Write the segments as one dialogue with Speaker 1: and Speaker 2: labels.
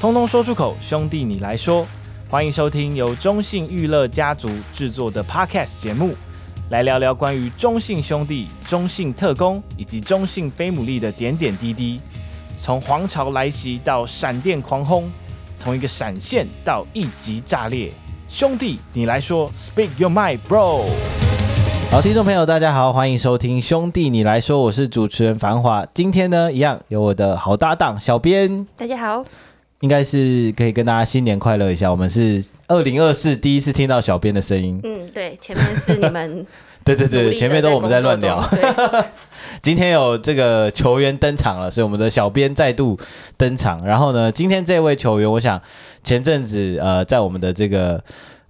Speaker 1: 通通说出口，兄弟你来说。欢迎收听由中信娱乐家族制作的 Podcast 节目，来聊聊关于中信兄弟、中信特工以及中信飞姆利的点点滴滴。从皇朝来袭到闪电狂轰，从一个闪现到一级炸裂。兄弟，你来说，Speak your mind, bro。
Speaker 2: 好，听众朋友，大家好，欢迎收听《兄弟你来说》，我是主持人繁华。今天呢，一样有我的好搭档小编，
Speaker 3: 大家好，
Speaker 2: 应该是可以跟大家新年快乐一下。我们是二零二四第一次听到小编的声音，
Speaker 3: 嗯，对，前面是你们
Speaker 2: 对对
Speaker 3: 努
Speaker 2: 对，
Speaker 3: 力地
Speaker 2: 前面都我们在乱聊
Speaker 3: 工。作中， 对
Speaker 2: 今天有这个球员登场了，所以我们的小编再度登场。然后呢，今天这位球员，我想前阵子呃，在我们的这个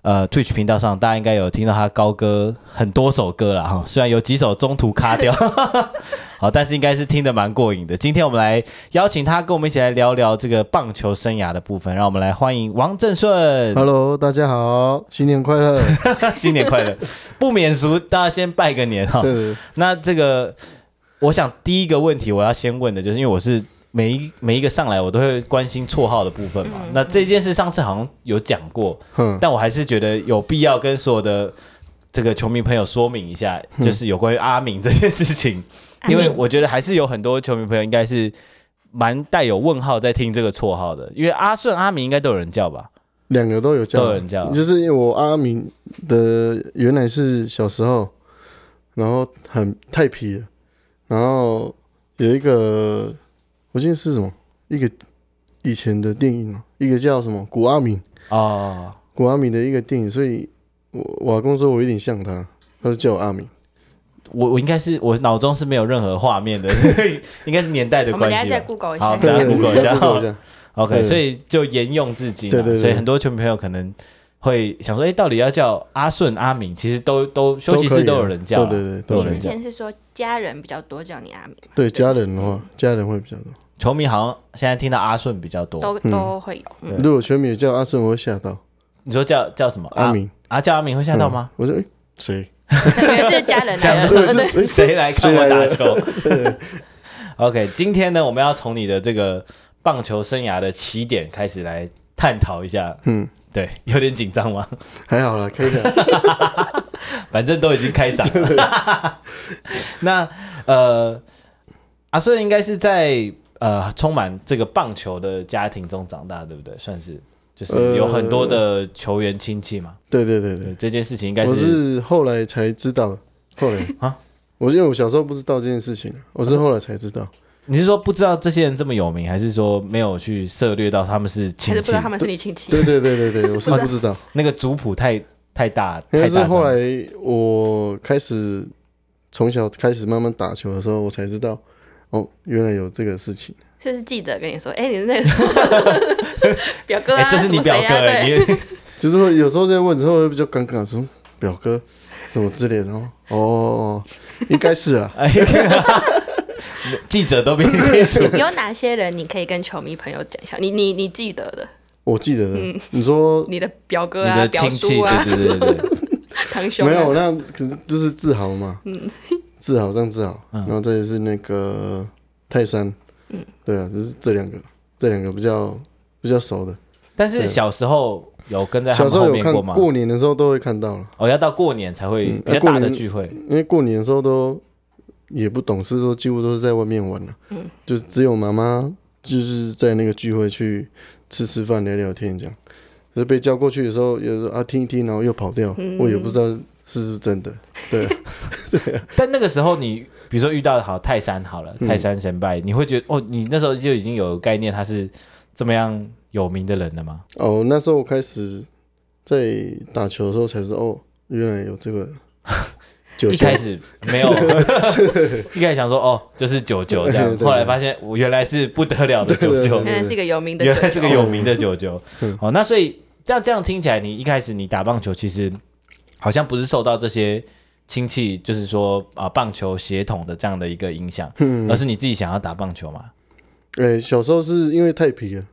Speaker 2: 呃 Twitch 频道上，大家应该有听到他高歌很多首歌了哈，虽然有几首中途卡掉， 好，但是应该是听得蛮过瘾的。今天我们来邀请他跟我们一起来聊聊这个棒球生涯的部分，让我们来欢迎王正顺。
Speaker 4: Hello，大家好，新年快乐！
Speaker 2: 新年快乐！不免俗，大家先拜个年哈。
Speaker 4: 对对，
Speaker 2: 那这个，我想第一个问题我要先问的就是，因为我是每一每一个上来我都会关心绰号的部分
Speaker 4: 嗯
Speaker 2: 嘛。那这件事上次好像有讲过，
Speaker 4: 哼，
Speaker 2: 但我还是觉得有必要跟所有的这个球迷朋友说明一下，
Speaker 4: 嗯
Speaker 2: 就是有关于阿明这件事情，
Speaker 3: 阿
Speaker 2: 因
Speaker 3: 明
Speaker 2: 为我觉得还是有很多球迷朋友应该是蛮带有问号在听这个绰号的，因为阿顺、阿明应该都有人叫吧？
Speaker 4: 两个都有叫，
Speaker 2: 都有人叫
Speaker 4: 就是因为我阿明的原来是小时候，然后很太皮了，然后有一个我记得是什么，一个以前的电影哦，一个叫什么古阿明，
Speaker 2: 哦，
Speaker 4: 古阿明的一个电影，所以我我阿公说我有点像他，他就叫我阿明。
Speaker 2: 我我应该是我脑中是没有任何画面的， 应该是年代的
Speaker 3: 我们
Speaker 2: 关
Speaker 3: 等一下
Speaker 2: 系吧
Speaker 3: 再。Google 一
Speaker 2: 好
Speaker 3: 下，
Speaker 2: 大家
Speaker 4: 对对
Speaker 2: Google
Speaker 4: 对
Speaker 2: 一下
Speaker 4: 要 Google 一下，
Speaker 2: OK，
Speaker 4: 对
Speaker 2: 所以就沿用至今、啊。
Speaker 4: 对对对
Speaker 2: 所以很多球迷朋友可能会想说，哎、到底要叫阿顺、阿明？其实都都 休息
Speaker 4: 可
Speaker 2: 室
Speaker 4: 以
Speaker 2: 都
Speaker 4: 啊
Speaker 2: 有人叫啊、
Speaker 4: 对对对，
Speaker 2: 都
Speaker 4: 都
Speaker 2: 有
Speaker 4: 有
Speaker 3: 你
Speaker 2: 人
Speaker 3: 之
Speaker 2: 叫
Speaker 4: 人叫。
Speaker 3: 前是说家人比较多叫你阿明，
Speaker 4: 对家人
Speaker 2: 嗯
Speaker 4: 的话，家人会比较多。
Speaker 2: 球迷好像现在听到阿顺比较多。
Speaker 3: 都都会有，嗯，
Speaker 4: 如果全名叫阿顺，我会吓到
Speaker 2: 你说叫叫什么？
Speaker 4: 阿明。
Speaker 2: 啊，叫阿明会吓到吗？
Speaker 4: 嗯？我说，哎， 谁？
Speaker 3: 可能是家人啊
Speaker 2: 想
Speaker 3: 来
Speaker 2: 说
Speaker 3: 了，
Speaker 2: 是谁来看
Speaker 4: 嗯 谁
Speaker 2: 我
Speaker 4: 来
Speaker 2: 打
Speaker 4: 了
Speaker 2: 球 ？OK，今天呢，我们要从你的这个棒球生涯的起点开始来探讨一下。
Speaker 4: 嗯，
Speaker 2: 对，有点紧张吗？
Speaker 4: 还好啦，可以啊 的。
Speaker 2: 反正都已经开嗓 了。那呃，阿顺应该是在呃充满这个棒球的家庭中长大，对不对？算是就是有很多的球员亲戚嘛。
Speaker 4: 对对对
Speaker 2: 对
Speaker 4: 对，
Speaker 2: 这件事情应该
Speaker 4: 我
Speaker 2: 是
Speaker 4: 是后来才知道的，后来
Speaker 2: 啊，
Speaker 4: 我因为我小时候不知道这件事情，啊我是后来才知道。
Speaker 2: 你是说不知道这些人这么有名，还是说没有去涉猎到他们是
Speaker 3: 还
Speaker 2: 亲
Speaker 3: 是不知
Speaker 2: 戚
Speaker 3: 道？他们是你亲戚，
Speaker 4: 对对对对对，我是不知道，
Speaker 2: 那个族谱太太大 太
Speaker 4: 因哎为是
Speaker 2: 大张
Speaker 4: 后来我开始从小开始慢慢打球的时候，我才知道。哦，原来有这个事情，
Speaker 3: 是不是记者跟你说，哎，你是那个时候 表哥
Speaker 2: 哎
Speaker 3: 啊，，
Speaker 2: 这是你表哥
Speaker 3: 什么谁啊
Speaker 2: 哎，
Speaker 3: 对
Speaker 2: 你
Speaker 4: 就是会有时候在问之后会比较尴尬，说表哥什么之类的，然后哦哦，哦应该是啊，
Speaker 2: 哎记者都比你清楚。
Speaker 3: 有哪些人你可以跟球迷朋友讲一下？你你你记得的，
Speaker 4: 我记得
Speaker 2: 嗯
Speaker 4: 的。你说
Speaker 3: 你的表哥
Speaker 2: 你
Speaker 3: 啊、
Speaker 2: 的
Speaker 3: 表
Speaker 2: 亲戚，
Speaker 3: 叔啊、
Speaker 2: 对对对对对。
Speaker 3: 堂兄啊，
Speaker 4: 没有，那可是就是自豪嘛，自豪这样自豪，
Speaker 2: 嗯
Speaker 4: 然后再是那个泰山，对啊，就是这两个，这两个比较比较熟的，
Speaker 2: 但是
Speaker 4: 对
Speaker 2: 小时候有跟在他
Speaker 4: 小
Speaker 2: 们
Speaker 4: 时候
Speaker 2: 后
Speaker 4: 有
Speaker 2: 面
Speaker 4: 看，
Speaker 2: 吗？
Speaker 4: 过年的时候都会看到了，
Speaker 2: 哦，要到过年才会
Speaker 4: 嗯
Speaker 2: 比较
Speaker 4: 啊过
Speaker 2: 大的
Speaker 4: 年
Speaker 2: 聚会。
Speaker 4: 因为过年的时候都也不懂事，都几乎都是在外面玩了，就只有妈妈就是在那个聚会去吃吃饭聊聊天这样，可是被叫过去的时候，有时候啊听一听，然后又跑掉，我也不知道是不是真的，对啊，
Speaker 2: 但那个时候你，比如说遇到好泰山好了，
Speaker 4: 嗯
Speaker 2: 泰山神拜，你会觉得哦，你那时候就已经有概念他是怎么样有名的人了吗？
Speaker 4: 哦，那时候我开始在打球的时候才知道，哦，原来有 这个九
Speaker 2: 一
Speaker 4: 九
Speaker 2: 开始没 有， 一开始想说哦，就是九九这样，
Speaker 4: 对对对
Speaker 2: 后来发现哦我原来是不得了的
Speaker 4: 对
Speaker 2: 九
Speaker 4: 对
Speaker 2: 九
Speaker 4: 对，
Speaker 3: 原来是一个有名的，
Speaker 2: 原来是个有名的九九
Speaker 4: 嗯。
Speaker 2: 哦，那所以这样这样听起来，你一开始你打棒球，其实好像不是受到这些亲戚，就是说啊、棒球血统的这样的一个影响，
Speaker 4: 嗯
Speaker 2: 而是你自己想要打棒球嘛？
Speaker 4: 哎、小时候是因为太皮了，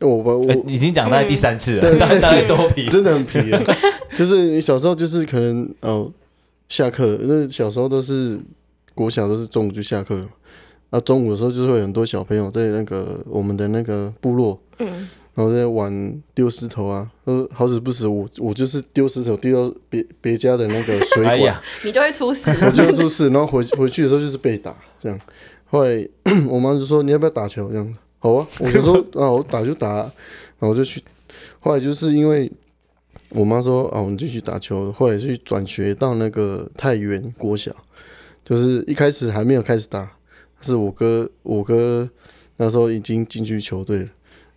Speaker 4: 我我我、
Speaker 2: 呃已经讲大概第三次了，
Speaker 4: 嗯
Speaker 2: 大概大概多皮。
Speaker 4: 真的很皮啊， 就是你小时候就是可能哦下课了，因为小时候都是国小都是中午就下课了嘛，啊中午的时候就是会有很多小朋友在那个我们的那个部落，
Speaker 3: 嗯，
Speaker 4: 然后在玩丢石头啊，呃，好死不死我我就是丢石头丢到别别家的那个水
Speaker 2: 哎
Speaker 4: 管，
Speaker 2: 呀，
Speaker 3: 你就会出 事。
Speaker 4: 我就出事，然后回回去的时候就是被打这样。后来 我妈就说你要不要打球这样子，好啊，我就说啊我打就打啊、然后我就去。后来就是因为我妈说啊我们就去打球，后来去转学到那个太原国小，就是一开始还没有开始打，是我哥我哥那时候已经进去球队了，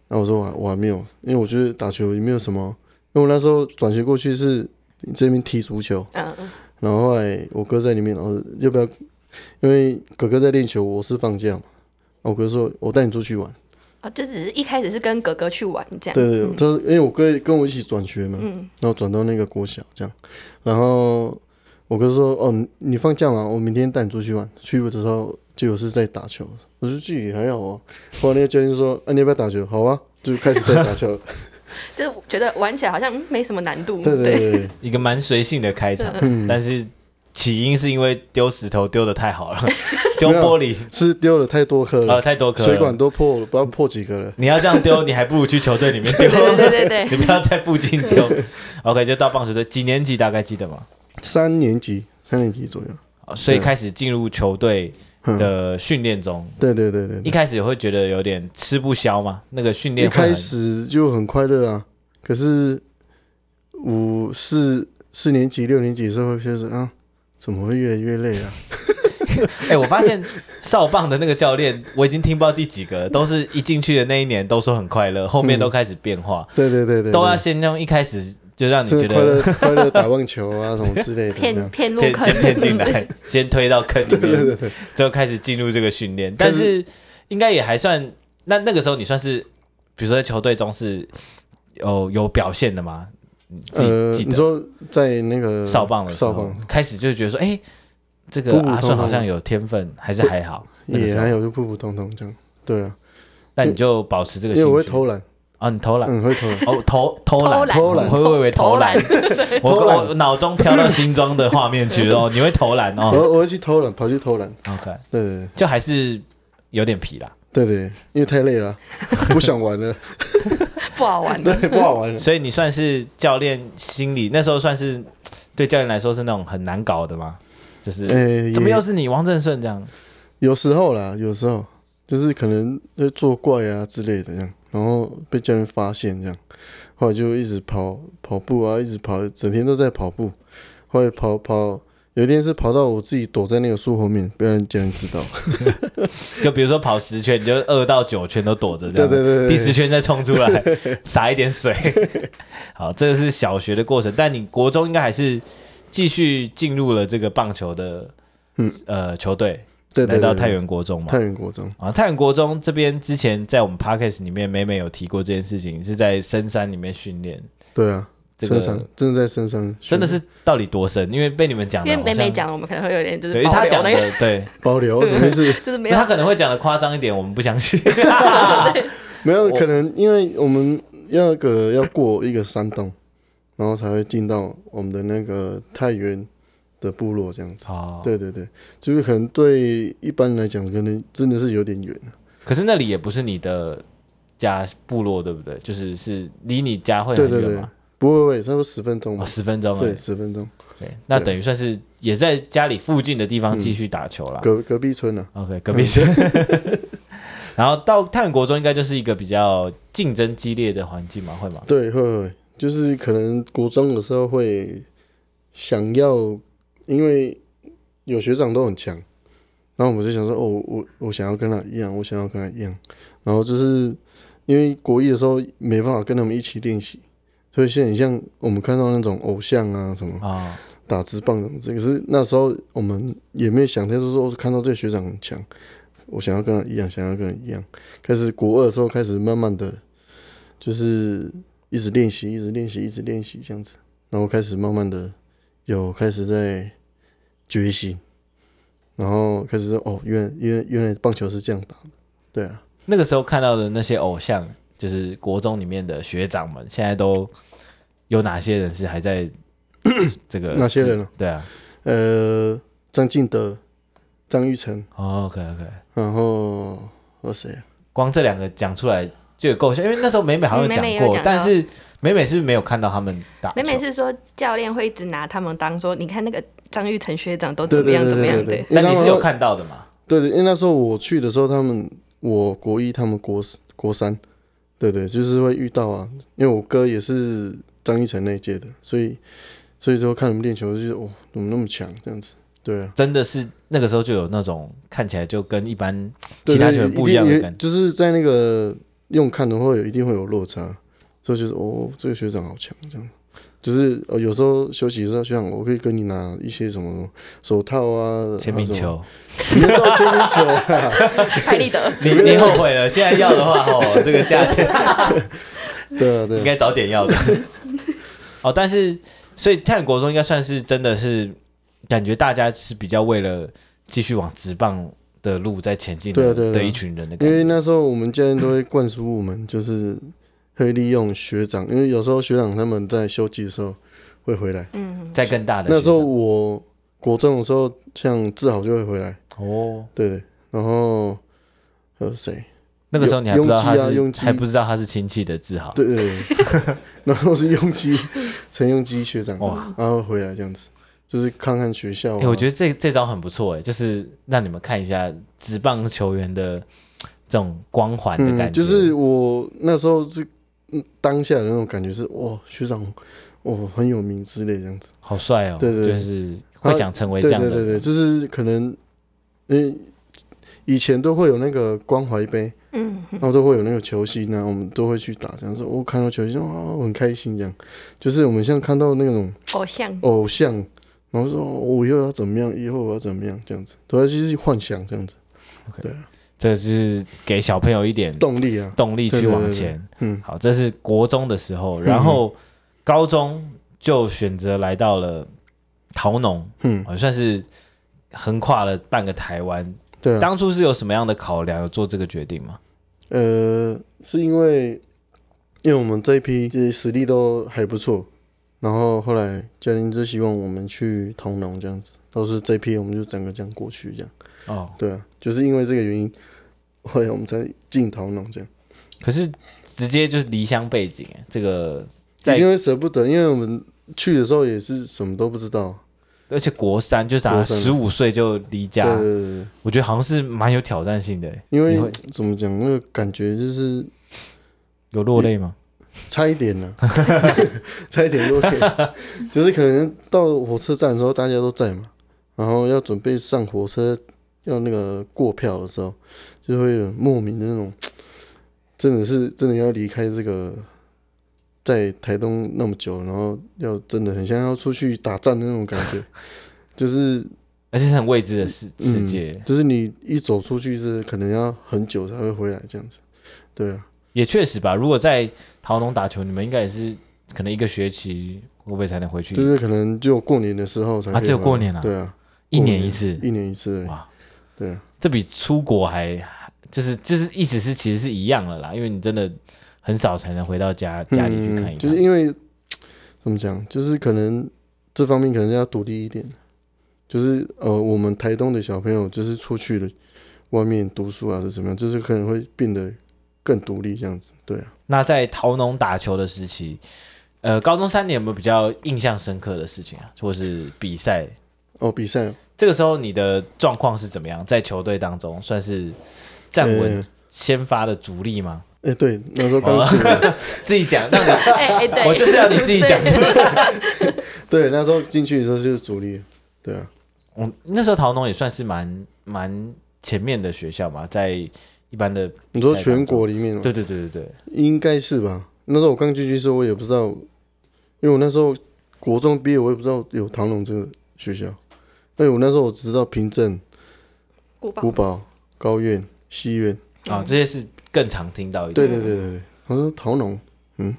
Speaker 4: 然后我说我还我还没有，因为我觉得打球也没有什么，因为我那时候转学过去是这边踢足球，
Speaker 3: 嗯，嗯
Speaker 4: 然后后来我哥在里面，然后要不要？因为哥哥在练球，我是放假嘛。然后我哥说：“我带你出去玩。
Speaker 3: 哦，就只是一开始是跟哥哥去玩这”样。
Speaker 4: 对啊对，他说因为我哥跟我一起转学嘛，
Speaker 3: 嗯，
Speaker 4: 然后转到那个国小这样。然后我哥说：“哦，你你放假嘛，我明天带你出去玩。”去的时候结果是在打球，我说这也还好啊。后来那个教练说：“啊，你要不要打球？”好啊，就开始在打球了。
Speaker 3: 就觉得玩起来好像嗯没什么难度。
Speaker 4: 对对 对对，
Speaker 2: 一个蛮随性的开场，
Speaker 4: 嗯
Speaker 2: 但是起因是因为丢石头丢的太好 了，丢玻璃
Speaker 4: 是丢了太 多颗
Speaker 2: 呃
Speaker 4: 了，
Speaker 2: 太多颗了
Speaker 4: 水管都破了，不知道破几个了。
Speaker 2: 你要这样丢，你还不如去球队里面丢
Speaker 3: 对，对对对 对
Speaker 2: 你不要在附近丢。OK，就到棒球队，几年级大概记得吗？
Speaker 4: 三年级，三年级左右。
Speaker 2: 哦所以
Speaker 4: 对
Speaker 2: 开始进入球队
Speaker 4: 嗯，
Speaker 2: 的训练中，
Speaker 4: 对对对对
Speaker 2: 一
Speaker 4: 对，
Speaker 2: 开始也会觉得有点吃不消嘛，那个训
Speaker 4: 一
Speaker 2: 练会
Speaker 4: 开
Speaker 2: 很
Speaker 4: 始就很快乐啊。可是五四四年级、六年级的时候，就是啊，怎么会越来越累啊？
Speaker 2: 哎、我发现少棒的那个教练，我已经听不到第几 个了，都是一进去的那一年都说很快乐，后面都开始变化，
Speaker 4: 对对对对，
Speaker 2: 都要
Speaker 4: 对
Speaker 2: 先用一开始就让你
Speaker 4: 真
Speaker 2: 觉
Speaker 4: 的快
Speaker 2: 得
Speaker 4: 乐快乐打棒球啊什么之类的，这
Speaker 3: 骗
Speaker 4: 样
Speaker 3: 骗入
Speaker 2: 骗
Speaker 3: 坑，
Speaker 2: 先骗进 来，先推到坑里面，就开始进入这个训练。但
Speaker 4: 但
Speaker 2: 是应该也还算，那那个时候你算是，比如说在球队中是有有表现的吗？你记
Speaker 4: 呃，
Speaker 2: 记
Speaker 4: 你
Speaker 2: 得
Speaker 4: 说在那个
Speaker 2: 少棒的时
Speaker 4: 呃少
Speaker 2: 候
Speaker 4: 棒，
Speaker 2: 开始就觉得说，哎、这个
Speaker 4: 普普
Speaker 2: 阿顺
Speaker 4: 通
Speaker 2: 好
Speaker 4: 通
Speaker 2: 像有天分，还是还好。那个
Speaker 4: 也哎
Speaker 2: 时候
Speaker 4: 还，有就普普通通这样，对啊，
Speaker 2: 那你就保持这个
Speaker 4: 因
Speaker 2: 兴
Speaker 4: 为我会
Speaker 2: 趣。
Speaker 4: 偷懒，
Speaker 2: 啊，你投篮。
Speaker 4: 嗯，会偷懒，
Speaker 2: 哦，投投
Speaker 3: 偷
Speaker 2: 篮，
Speaker 3: 懒
Speaker 4: 偷懒
Speaker 2: 我会以为投篮，我
Speaker 4: 偷懒
Speaker 2: 我脑中飘到新庄的画面去 了哦，你会投篮哦
Speaker 4: 我我会去偷懒，跑去偷懒，
Speaker 2: ，OK，
Speaker 4: 对对对
Speaker 2: 就还是有点皮啦，
Speaker 4: 对对，因为太累了，不想玩 了，
Speaker 3: 不好玩
Speaker 4: 对
Speaker 3: 的。，
Speaker 4: 不好玩了。
Speaker 2: 所以你算是教练心里那时候算是对教练来说是那种很难搞的吗？就是、
Speaker 4: 哎，
Speaker 2: 怎么
Speaker 4: 也
Speaker 2: 又是你王振顺这样？
Speaker 4: 有时候啦，有时候就是可能在作怪啊之类的这样，然后被家人发现这样，后来就一直跑跑步啊，一直跑，整天都在跑步。后来跑跑，有一天是跑到我自己躲在那个树后面，不要让家人 知道。
Speaker 2: 就比如说跑十圈，你就二到九圈都躲着这
Speaker 4: 对
Speaker 2: 样，
Speaker 4: 对对对，
Speaker 2: 第十圈再冲出来，洒一点水。 好，这个是小学的过程，但你国中应该还是继续进入了这个棒球的，
Speaker 4: 嗯
Speaker 2: 呃，球队，
Speaker 4: 对
Speaker 2: 来
Speaker 4: 对
Speaker 2: 到
Speaker 4: 对
Speaker 2: 太原国中嘛。
Speaker 4: 太原国中，
Speaker 2: 啊，太原国中这边之前在我们 podcast 里面，每每有提过这件事情，是在深山里面训练。
Speaker 4: 对啊，
Speaker 2: 这
Speaker 4: 深
Speaker 2: 个
Speaker 4: 山真的在深山，
Speaker 2: 真的是到底多深？因为被你们讲
Speaker 3: 因
Speaker 2: 的，
Speaker 3: 为美美，讲，我们可能会有点就
Speaker 2: 对，
Speaker 3: 是
Speaker 2: 因为
Speaker 3: 保
Speaker 2: 他
Speaker 3: 留
Speaker 2: 讲
Speaker 3: 那个，
Speaker 2: 的，对，
Speaker 4: 保留啊什么意思？
Speaker 3: 就是没有
Speaker 2: 他可能会讲的夸张一点，我们不相 信。
Speaker 4: 没有可能，因为我们要个要过一个山洞，然后才会进到我们的那个太原的部落这样子。
Speaker 2: 哦，
Speaker 4: 对对对，就是可能对一般人来讲，可能真的是有点远。
Speaker 2: 可是那里也不是你的家部落，对不对？就是是离你家会
Speaker 4: 对
Speaker 2: 很
Speaker 4: 对
Speaker 2: 远
Speaker 4: 对
Speaker 2: 嘛，，
Speaker 4: 不会不会，差不多十分钟
Speaker 2: 哦，
Speaker 4: 吧。
Speaker 2: 十分钟而
Speaker 4: 对，
Speaker 2: 已。
Speaker 4: 十分钟，
Speaker 2: 对，那等于算是也在家里附近的地方继续打球啦。
Speaker 4: 隔隔嗯壁村啊，
Speaker 2: OK，隔壁村。 然后到太原国中应该就是一个比较竞争激烈的环境嘛，会吗？
Speaker 4: 对，会会，就是可能国中的时候会想要，因为有学长都很强，然后我们就想说，哦，我我我想要跟他一样，我想要跟他一样，然后就是因为国一的时候没办法跟他们一起练习，所以现在很像我们看到那种偶像啊什么，
Speaker 2: 啊、
Speaker 4: 打直棒什么这个是那时候我们也没有想太多，说哦看到这个学长很强，我想要跟他一样，想要跟他一样。开始国二的时候开始慢慢的，就是一直练习，一直练习，一直练习这样子，然后开始慢慢的有开始在觉醒，然后开始说哦，原来原来原来棒球是这样打的，对啊，
Speaker 2: 那个时候看到的那些偶像，就是国中里面的学长们，现在都有哪些人是还在这个？
Speaker 4: 哪些人啊？
Speaker 2: 对啊、
Speaker 4: 呃，张敬德、张玉成，
Speaker 2: 哦、，OK OK，
Speaker 4: 然后和谁啊？
Speaker 2: 光这两个讲出来，就有够笑，因为那时候美美好像
Speaker 3: 嗯
Speaker 2: 讲
Speaker 3: 美美有
Speaker 2: 过，
Speaker 3: 讲到
Speaker 2: 但是美美是不是没有看到他们打球？
Speaker 3: 美美是说教练会一直拿他们当说，你看那个张玉成学长都
Speaker 4: 对
Speaker 3: 怎么
Speaker 4: 对
Speaker 3: 样
Speaker 4: 对
Speaker 3: 怎么样的，
Speaker 4: 对对，因为
Speaker 2: 但你
Speaker 4: 他
Speaker 2: 是
Speaker 4: 们
Speaker 2: 有看到的嘛？
Speaker 4: 对对，因为那时候我去的时候，他们我国一，他们国国三，对对，就是会遇到啊。因为我哥也是张一成那一届的，所以所以说看他们练球，就是哦，怎么那么强这样子？对啊，
Speaker 2: 真的是那个时候就有那种看起来就跟一般
Speaker 4: 对
Speaker 2: 其他
Speaker 4: 对
Speaker 2: 球员
Speaker 4: 一
Speaker 2: 不
Speaker 4: 定
Speaker 2: 一样的
Speaker 4: 也
Speaker 2: 感觉。
Speaker 4: 就是在那个用看的话，有一定会有落差，所以就是哦，这个学长好强这样。就是呃，有时候休息的时候，学长，我可以跟你拿一些什么手套啊，
Speaker 2: 签名球，
Speaker 4: 还有什么，没有到签名球啊，
Speaker 3: 拍立得。
Speaker 2: 你你后悔了？现在要的话，哦，这个价钱
Speaker 4: 对啊，对
Speaker 2: 应
Speaker 4: 啊。
Speaker 2: 该早点要 的。哦，但是所以泰国中应该算是真的是感觉大家是比较为了继续往直棒的路在前进的
Speaker 4: 对啊对啊对
Speaker 2: 的
Speaker 4: 啊
Speaker 2: 一群人的感
Speaker 4: 因为
Speaker 2: 觉。
Speaker 4: 那时候我们教练都会灌输我们，就是会利用学长，因为有时候学长他们在休息的时候会回来。
Speaker 3: 嗯，
Speaker 2: 在更大的
Speaker 4: 那时候
Speaker 2: 学
Speaker 4: 我国中的时候，像志豪就会回来，
Speaker 2: 长哦，
Speaker 4: 对对。然后还有谁？
Speaker 2: 那个时候你还不知道他
Speaker 4: 拥挤啊
Speaker 2: 是
Speaker 4: 拥挤
Speaker 2: 还不知道他是亲戚的自豪。
Speaker 4: 对对对。 然后是拥基，陈拥基学长，
Speaker 2: 哇
Speaker 4: 然后回来这样子，就是看看学校、啊
Speaker 2: 哦哎、我觉得这这招很不错哎、就是让你们看一下职棒球员的这种光环的感觉，
Speaker 4: 嗯，就是我那时候是嗯当下的那种感觉是，哇，学长，哦，很有名之类这样子。
Speaker 2: 好帅哦、
Speaker 4: 对对对
Speaker 2: 就是会想成为这样的
Speaker 4: 对
Speaker 2: 人，
Speaker 4: 对对对，就是可能，嗯，以前都会有那个关怀杯，
Speaker 3: 嗯，
Speaker 4: 然后都会有那个球星啊，我们都会去打，这样说，我、看到球星，哇，我很开心这样，就是我们像看到那种
Speaker 3: 偶像。
Speaker 4: 偶像，然后说、哦我以后要怎么样，以后我要怎么样，这样子，都要去幻想这样子，
Speaker 2: 这就是给小朋友一点
Speaker 4: 动力啊，
Speaker 2: 动力去往前。
Speaker 4: 嗯，
Speaker 2: 好，这是国中的时候，然后高中就选择来到了桃农，
Speaker 4: 嗯
Speaker 2: 好、算是横跨了半个台湾。
Speaker 4: 对啊，
Speaker 2: 当初是有什么样的考量有做这个决定吗？
Speaker 4: 呃，是因为因为我们这一批这些实力都还不错，然后后来教练就希望我们去同农这样子，都是这一批我们就整个这样过去这样。
Speaker 2: 哦，
Speaker 4: 对啊，就是因为这个原因，后来我们才进桃农
Speaker 2: 哦
Speaker 4: 这样，
Speaker 2: 可是直接就是离乡背景，哎这个在
Speaker 4: 因为舍不得，因为我们去的时候也是什么都不知道，
Speaker 2: 而且国三就是打
Speaker 4: 国三
Speaker 2: 十五岁就离
Speaker 4: 对
Speaker 2: 家，
Speaker 4: 对对对，
Speaker 2: 我觉得好像是蛮有挑战性的欸。
Speaker 4: 因
Speaker 2: 啊你
Speaker 4: 为
Speaker 2: 会
Speaker 4: 怎么讲，那个感觉就是
Speaker 2: 有落泪吗？
Speaker 4: 差一点呢、 差一点落 泪，就是可能到火车站的时候大家都在嘛，然后要准备上火车要那个过票的时候，就会有莫名的那种，真的是真的要离开这个在台东那么久，然后要真的很像要出去打仗的那种感 觉，就是
Speaker 2: 而且是很未知的世世
Speaker 4: 嗯
Speaker 2: 界，
Speaker 4: 就是你一走出去是可能要很久才会回来这样子，对啊，
Speaker 2: 也确实吧。如果在桃农打球，你们应该也是可能一个学期会不会才能回去？
Speaker 4: 就是可能只有过年的时候才
Speaker 2: 啊
Speaker 4: 可以
Speaker 2: 只有
Speaker 4: 回来
Speaker 2: 过年啊
Speaker 4: 对啊。
Speaker 2: 一年一次，
Speaker 4: 一年一次而已。哎
Speaker 2: 哇
Speaker 4: 对啊，
Speaker 2: 这比出国还就是就是意思是其实是一样了啦，因为你真的很少才能回到家家里去看一看。
Speaker 4: 嗯就是因为怎么讲，就是可能这方面可能要独立一点，就是呃，我们台东的小朋友就是出去了外面读书啊，是怎么样，就是可能会变得更独立这样子。对啊，
Speaker 2: 那在桃农打球的时期，呃，高中三年有没有比较印象深刻的事情啊，或是比赛？
Speaker 4: 哦，比赛
Speaker 2: 这个时候你的状况是怎么样？在球队当中算是站稳
Speaker 4: 呃
Speaker 2: 先发的主力吗？
Speaker 4: 哎、对，那时候
Speaker 2: 哦
Speaker 4: 刚去的，
Speaker 2: 自己讲，让你
Speaker 3: 哎哎，对，
Speaker 2: 我就是要你自己讲
Speaker 3: 对
Speaker 4: 对，那时候进去的时候就是主力，对啊，
Speaker 2: 我那时候桃农也算是蛮蛮前面的学校嘛，在一般的
Speaker 4: 你说全国里面吗
Speaker 2: 对对对对对，
Speaker 4: 应该是吧？那时候我刚进去的时候，我也不知道，因为我那时候国中毕业，我也不知道有唐龙这个学校。因为我那时候我只知道平镇、
Speaker 3: 古堡
Speaker 4: 古堡、高院、西院，
Speaker 2: 啊、这些是更常听到一
Speaker 4: 对
Speaker 2: 点。
Speaker 4: 对对对对。我说唐龙，嗯，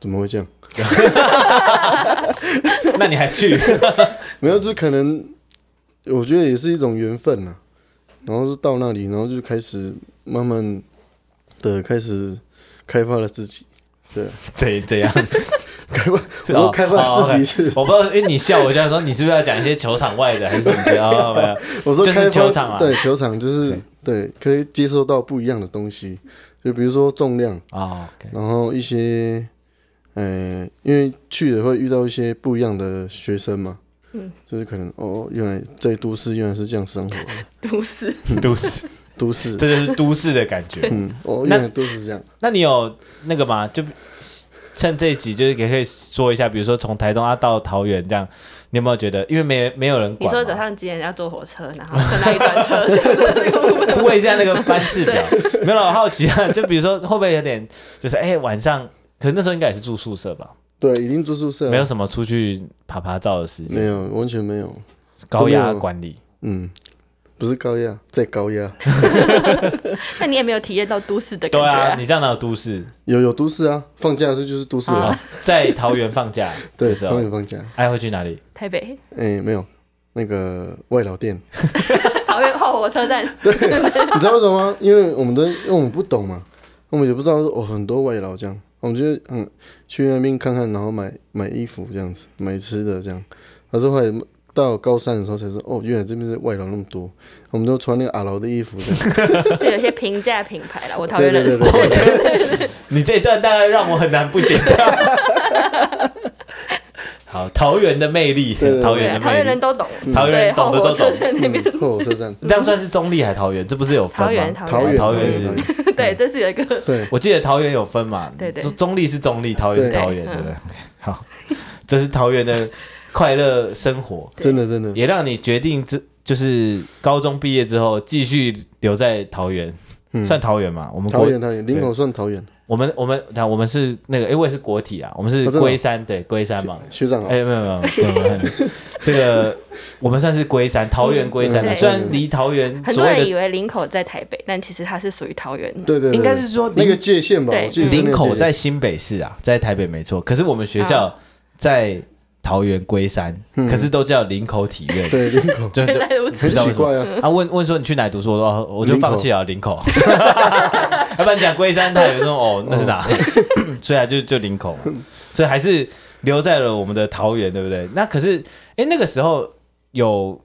Speaker 4: 怎么会这样？
Speaker 2: 那你还去？
Speaker 4: 没有，就是可能我觉得也是一种缘分呐、然后是到那里，然后就开始慢慢的开始开发了自己。对，
Speaker 2: 怎怎样？哦
Speaker 4: 开发，我
Speaker 2: 啊
Speaker 4: 说开发自己是，
Speaker 2: 我不知道，因为你笑我，就想说你是不是要讲一些球场外的还是什么的？哦，没有，
Speaker 4: 我说
Speaker 2: 就是
Speaker 4: 开发
Speaker 2: 球场啊
Speaker 4: 对球场就是对，可以接受到不一样的东西，就比如说重量，
Speaker 2: 哦，OK，
Speaker 4: 然后一些，呃，因为去了会遇到一些不一样的学生嘛，
Speaker 3: 嗯，
Speaker 4: 就是可能哦，原来在都市原来是这样 生活，
Speaker 3: 都市
Speaker 2: 都市，
Speaker 4: 都市，
Speaker 2: 这就是都市的感觉。
Speaker 4: 嗯，哦，
Speaker 2: 那
Speaker 4: 原来都是这样。
Speaker 2: 那你有那个吗？就趁这一集，就是也可以说一下，比如说从台东啊到桃园这样，你有没有觉得，因为没没有人管
Speaker 3: 你
Speaker 2: 嘛，
Speaker 3: 说早上几点要坐火车，然后去哪里转车？ 这样的那个部分吗
Speaker 2: 问一下那个班次 表，没有啦我好奇啊， 就比如说会不会有点，就是哎、晚上，可是那时候应该也是住宿舍吧，
Speaker 4: 对，已经住宿舍了，
Speaker 2: 没有什么出去爬爬照的时间，
Speaker 4: 没有，完全没有。
Speaker 2: 高压管理，
Speaker 4: 嗯，不是高压，在高压，
Speaker 3: 那你也没有体验到都市的
Speaker 2: 对
Speaker 3: 感觉、
Speaker 2: 啊，你这样哪有都市
Speaker 4: 有有都市啊，放假的时候就是都市
Speaker 2: 啊、
Speaker 4: 啊，
Speaker 2: 在桃园放假
Speaker 4: 对，
Speaker 2: 的时
Speaker 4: 他
Speaker 2: 候
Speaker 4: 们，放假。
Speaker 2: 哎会去哪里？
Speaker 3: 台北
Speaker 4: 哎，没有那个外劳店，
Speaker 3: 桃园后火车站，
Speaker 4: 你知道为什么吗？因为我们都因为我们不懂嘛，我们也不知道说哦很多外劳这样，我们就嗯去那边看看，然后买买衣服这样子，买吃的这样。可是后来到高三的时候才知道，哦，原来这边是外劳那么多，我们都穿那个阿劳的衣服这样。
Speaker 3: 就有些平价品牌啦。我桃
Speaker 4: 对
Speaker 3: 园
Speaker 4: 对对
Speaker 3: 人，
Speaker 4: 对对，
Speaker 2: 你这一段大概让我很难不剪掉。好，桃园的魅力，
Speaker 4: 对对对
Speaker 2: 桃
Speaker 3: 对
Speaker 2: 园
Speaker 3: 啊
Speaker 2: 的
Speaker 3: 桃
Speaker 2: 魅
Speaker 3: 园
Speaker 2: 力
Speaker 3: 人，都懂，
Speaker 2: 桃园
Speaker 3: 对
Speaker 2: 人懂
Speaker 3: 后
Speaker 2: 的都
Speaker 3: 火
Speaker 2: 懂
Speaker 3: 车。站那边，
Speaker 4: 嗯火车站，
Speaker 2: 这样算是中立还桃园？这不是有分
Speaker 3: 桃园
Speaker 2: 吗？
Speaker 3: 桃
Speaker 4: 园
Speaker 2: 桃
Speaker 4: 桃
Speaker 2: 园
Speaker 4: 园
Speaker 2: 是
Speaker 4: 桃
Speaker 3: 对，这是有一个
Speaker 4: 嗯对，
Speaker 2: 我记得桃园有分嘛，
Speaker 3: 对对
Speaker 2: 中中立是中立，桃园是
Speaker 4: 对
Speaker 2: 桃园，
Speaker 3: 对嗯
Speaker 2: 对不对？好，这是桃园的快乐生活，
Speaker 4: 真的真的，
Speaker 2: 也让你决定这就是高中毕业之后继续留在桃园，
Speaker 4: 嗯
Speaker 2: 算桃园嘛？我们
Speaker 4: 桃
Speaker 2: 国
Speaker 4: 园桃园，林口算桃园，
Speaker 2: 我们我们那我们是那个，哎，我也是国体啊，我们是
Speaker 4: 哦真的哦
Speaker 2: 龟山，对龟山嘛。
Speaker 4: 学长好啊
Speaker 2: 哎，没有没有没有没有，没有这个我们算是龟山，桃园龟山啊，
Speaker 3: 嗯对
Speaker 2: 虽然离桃园
Speaker 3: 很
Speaker 2: 所
Speaker 3: 多
Speaker 2: 谓
Speaker 3: 人以
Speaker 2: 的
Speaker 3: 为林口在台北，但其实它是属于桃园。
Speaker 4: 对对，对
Speaker 2: 应该是说
Speaker 4: 那
Speaker 2: 林
Speaker 4: 个界限吧，
Speaker 3: 对
Speaker 4: 我记得是那
Speaker 2: 林
Speaker 4: 个
Speaker 2: 口
Speaker 4: 界限
Speaker 2: 在新北市啊，在台北没错，可是我们学
Speaker 3: 啊
Speaker 2: 校在桃园龟山，
Speaker 4: 嗯
Speaker 2: 可是都叫林口体院，
Speaker 4: 对林口，
Speaker 2: 就
Speaker 3: 原
Speaker 2: 就
Speaker 3: 来如此
Speaker 2: 不
Speaker 4: 很
Speaker 2: 知道为
Speaker 4: 奇
Speaker 2: 什么。
Speaker 4: 怪 啊，
Speaker 2: 啊，问问说你去哪里读书？我说、哦、我就
Speaker 4: 林口
Speaker 2: 放弃了林口， 要不然讲龟山，他也说哦那是哪？ 所以啊就就林口嘛，所以还是留在了我们的桃园，对不对？那可是哎、那个时候有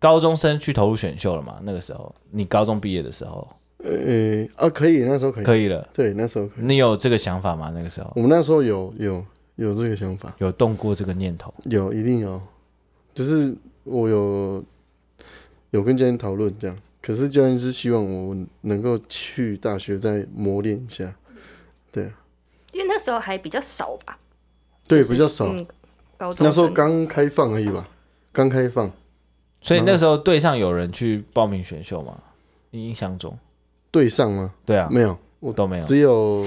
Speaker 2: 高中生去投入选秀了嘛？那个时候你高中毕业的时候
Speaker 4: 呃啊可以，那时候可以，
Speaker 2: 可以了，
Speaker 4: 对那时候可以。
Speaker 2: 你有这个想法吗？那个时候
Speaker 4: 我们那时候有有有这个想法，
Speaker 2: 有动过这个念头？
Speaker 4: 有一定有，就是我有有跟教练讨论这样，可是教练是希望我能够去大学再磨练一下，
Speaker 3: 因为那时候还比较少吧，
Speaker 4: 对，比较少，
Speaker 3: 嗯，高中
Speaker 4: 那时候
Speaker 3: 生
Speaker 4: 刚开放而已吧，刚开放，
Speaker 2: 所以那时候队上有人去报名选秀吗？你印象中？
Speaker 4: 对上吗？
Speaker 2: 对啊，
Speaker 4: 没有，我
Speaker 2: 都没有。
Speaker 4: 只有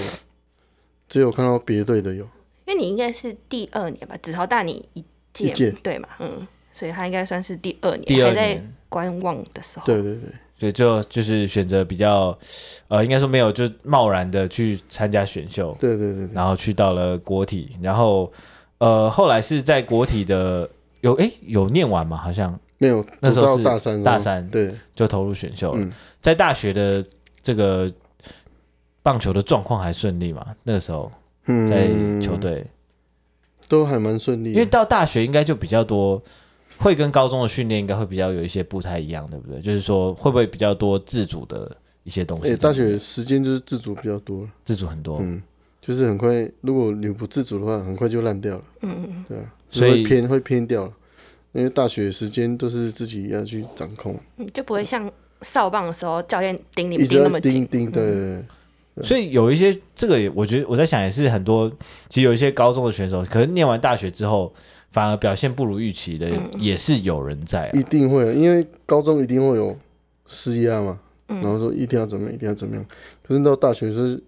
Speaker 4: 只有看到别队的有，
Speaker 2: 哦
Speaker 3: 因为你应该是第二年吧，子豪大你一届嘛
Speaker 4: 一届
Speaker 3: 对嘛，嗯，所以他应该算是第二年，
Speaker 2: 第二
Speaker 3: 还在
Speaker 2: 年，
Speaker 3: 观望的时候，
Speaker 4: 对对对，
Speaker 2: 所以就就是选择比较，呃，应该说没有就贸然的去参加选秀，
Speaker 4: 对对对对，
Speaker 2: 然后去到了国体，然后呃后来是在国体的有诶有念完嘛，好像
Speaker 4: 没有，
Speaker 2: 那时候
Speaker 4: 读
Speaker 2: 是
Speaker 4: 到大三的时候，
Speaker 2: 大三
Speaker 4: 对，
Speaker 2: 就投入选秀了。
Speaker 4: 嗯
Speaker 2: 在大学的这个棒球的状况还顺利嘛？那个时候
Speaker 4: 嗯，
Speaker 2: 在球队，
Speaker 4: 都还蛮顺利
Speaker 2: 因为
Speaker 4: 的，
Speaker 2: 到大学应该就比较多，会跟高中的训练应该会比较有一些不太一样，对不对？就是说会不会比较多自主的一些东西？
Speaker 4: 哎，大学时间就是自主比较多了。
Speaker 2: 自主很
Speaker 3: 哦
Speaker 2: 多，
Speaker 4: 嗯，就是很快，如果你不自主的话，很快就烂掉了，
Speaker 3: 嗯嗯
Speaker 4: 对啊，
Speaker 2: 所
Speaker 4: 就会
Speaker 2: 以
Speaker 4: 偏会偏掉了，因为大学时间都是自己要去掌控，
Speaker 3: 嗯，就不会像少棒的时候教练盯你
Speaker 4: 一直
Speaker 3: 盯那
Speaker 4: 要
Speaker 3: 么
Speaker 4: 盯
Speaker 3: 紧，嗯
Speaker 4: 盯，对对对，
Speaker 2: 所以有一些这个也，我觉得我在想也是很多，其实有一些高中的选手，可能念完大学之后，反而表现不如预期的，
Speaker 3: 嗯
Speaker 2: 也是有人在、啊
Speaker 4: 一。定会的，因为高中一定会有施压嘛，
Speaker 3: 嗯
Speaker 4: 然后说一定要怎么样，一定要怎么样，可是到大学是，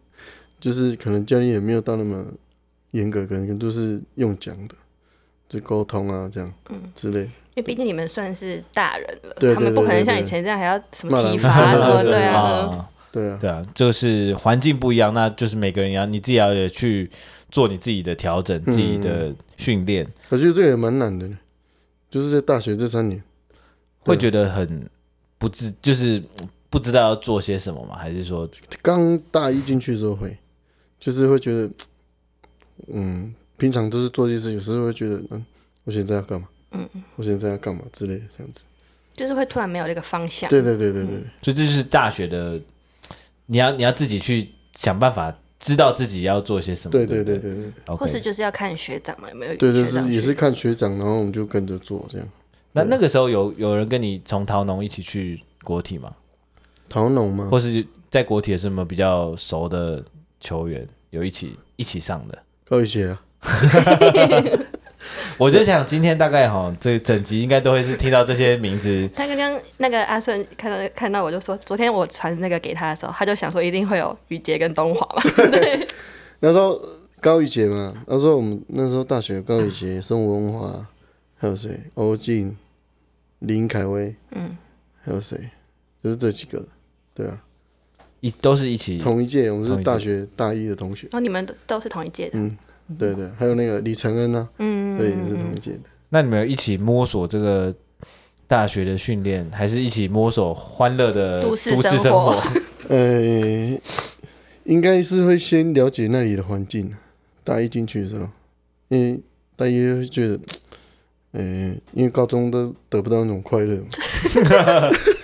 Speaker 4: 就是可能教练也没有到那么严格，可能都是用讲的，就沟通啊这样，嗯之类的，
Speaker 3: 因为毕竟你们算是大人了，
Speaker 4: 对对
Speaker 3: 他们不可能
Speaker 4: 对对
Speaker 3: 像
Speaker 4: 对
Speaker 3: 以前这样还要什
Speaker 4: 骂
Speaker 3: 么
Speaker 4: 人
Speaker 3: 体罚啊什么，
Speaker 4: 对对对
Speaker 3: 对啊，
Speaker 2: 啊，
Speaker 4: 对啊，
Speaker 2: 对啊，就是环境不一样，那就是每个人要你自己要有去做你自己的调整，自己
Speaker 4: 嗯
Speaker 2: 的训练，
Speaker 4: 我觉得这个也蛮难的，就是在大学这三年。
Speaker 2: 会觉得很不知，就是不知道要做些什么吗？还是说
Speaker 4: 刚大一进去的时候会，就是会觉得，嗯，平常都是做这些事情，有时候会觉得，嗯，我现在要干嘛？
Speaker 3: 嗯，
Speaker 4: 我现在要干嘛之类的这样子。
Speaker 3: 就是会突然没有这个方向，
Speaker 4: 对对对对对，
Speaker 2: 所以这就是大学的，你要你要自己去想办法知道自己要做些什么。
Speaker 4: 对
Speaker 2: 对
Speaker 4: 对
Speaker 2: 不
Speaker 4: 对对对
Speaker 3: 或是
Speaker 2: OK，
Speaker 3: 就是要看学长嘛，有没有
Speaker 4: 对，就
Speaker 3: 学长
Speaker 4: 是也
Speaker 3: 去
Speaker 4: 是看学长，然后我们就跟着做这样。
Speaker 2: 那那个时候有有人跟你从桃农一起去国体吗？
Speaker 4: 陶农嘛，
Speaker 2: 或是在国体有什么比较熟的球员有一起一起上的？
Speaker 4: 高宇姐啊，
Speaker 2: 我就想今天大概哈，这整集应该都会是听到这些名字。
Speaker 3: 他刚刚那个阿顺看到看到我就说，昨天我传那个给他的时候，他就想说一定会有雨杰跟东华 嘛。
Speaker 4: 那时候呃高宇姐嘛，那时候我们那时候大学有高宇杰、生活文化，还有谁？欧进、林凯威，嗯，还有谁？就是这几个，对啊，
Speaker 2: 一都是一起
Speaker 4: 同一届，我们
Speaker 2: 同一届
Speaker 4: 是大学大一的同学，
Speaker 3: 然后哦你们都都是同一届的，
Speaker 4: 嗯，对对，还有那个李承恩啊，
Speaker 3: 嗯，
Speaker 4: 对，也是同一届的，
Speaker 2: 那你们有一起摸索这个大学的训练，还是一起摸索欢乐的
Speaker 3: 都
Speaker 2: 都
Speaker 3: 市
Speaker 2: 市
Speaker 3: 生
Speaker 2: 生
Speaker 3: 活
Speaker 2: 活？
Speaker 4: 呃，应该是会先了解那里的环境，大一进去的时候，因为大一会觉得，呃，因为高中都得不到那种快乐嘛，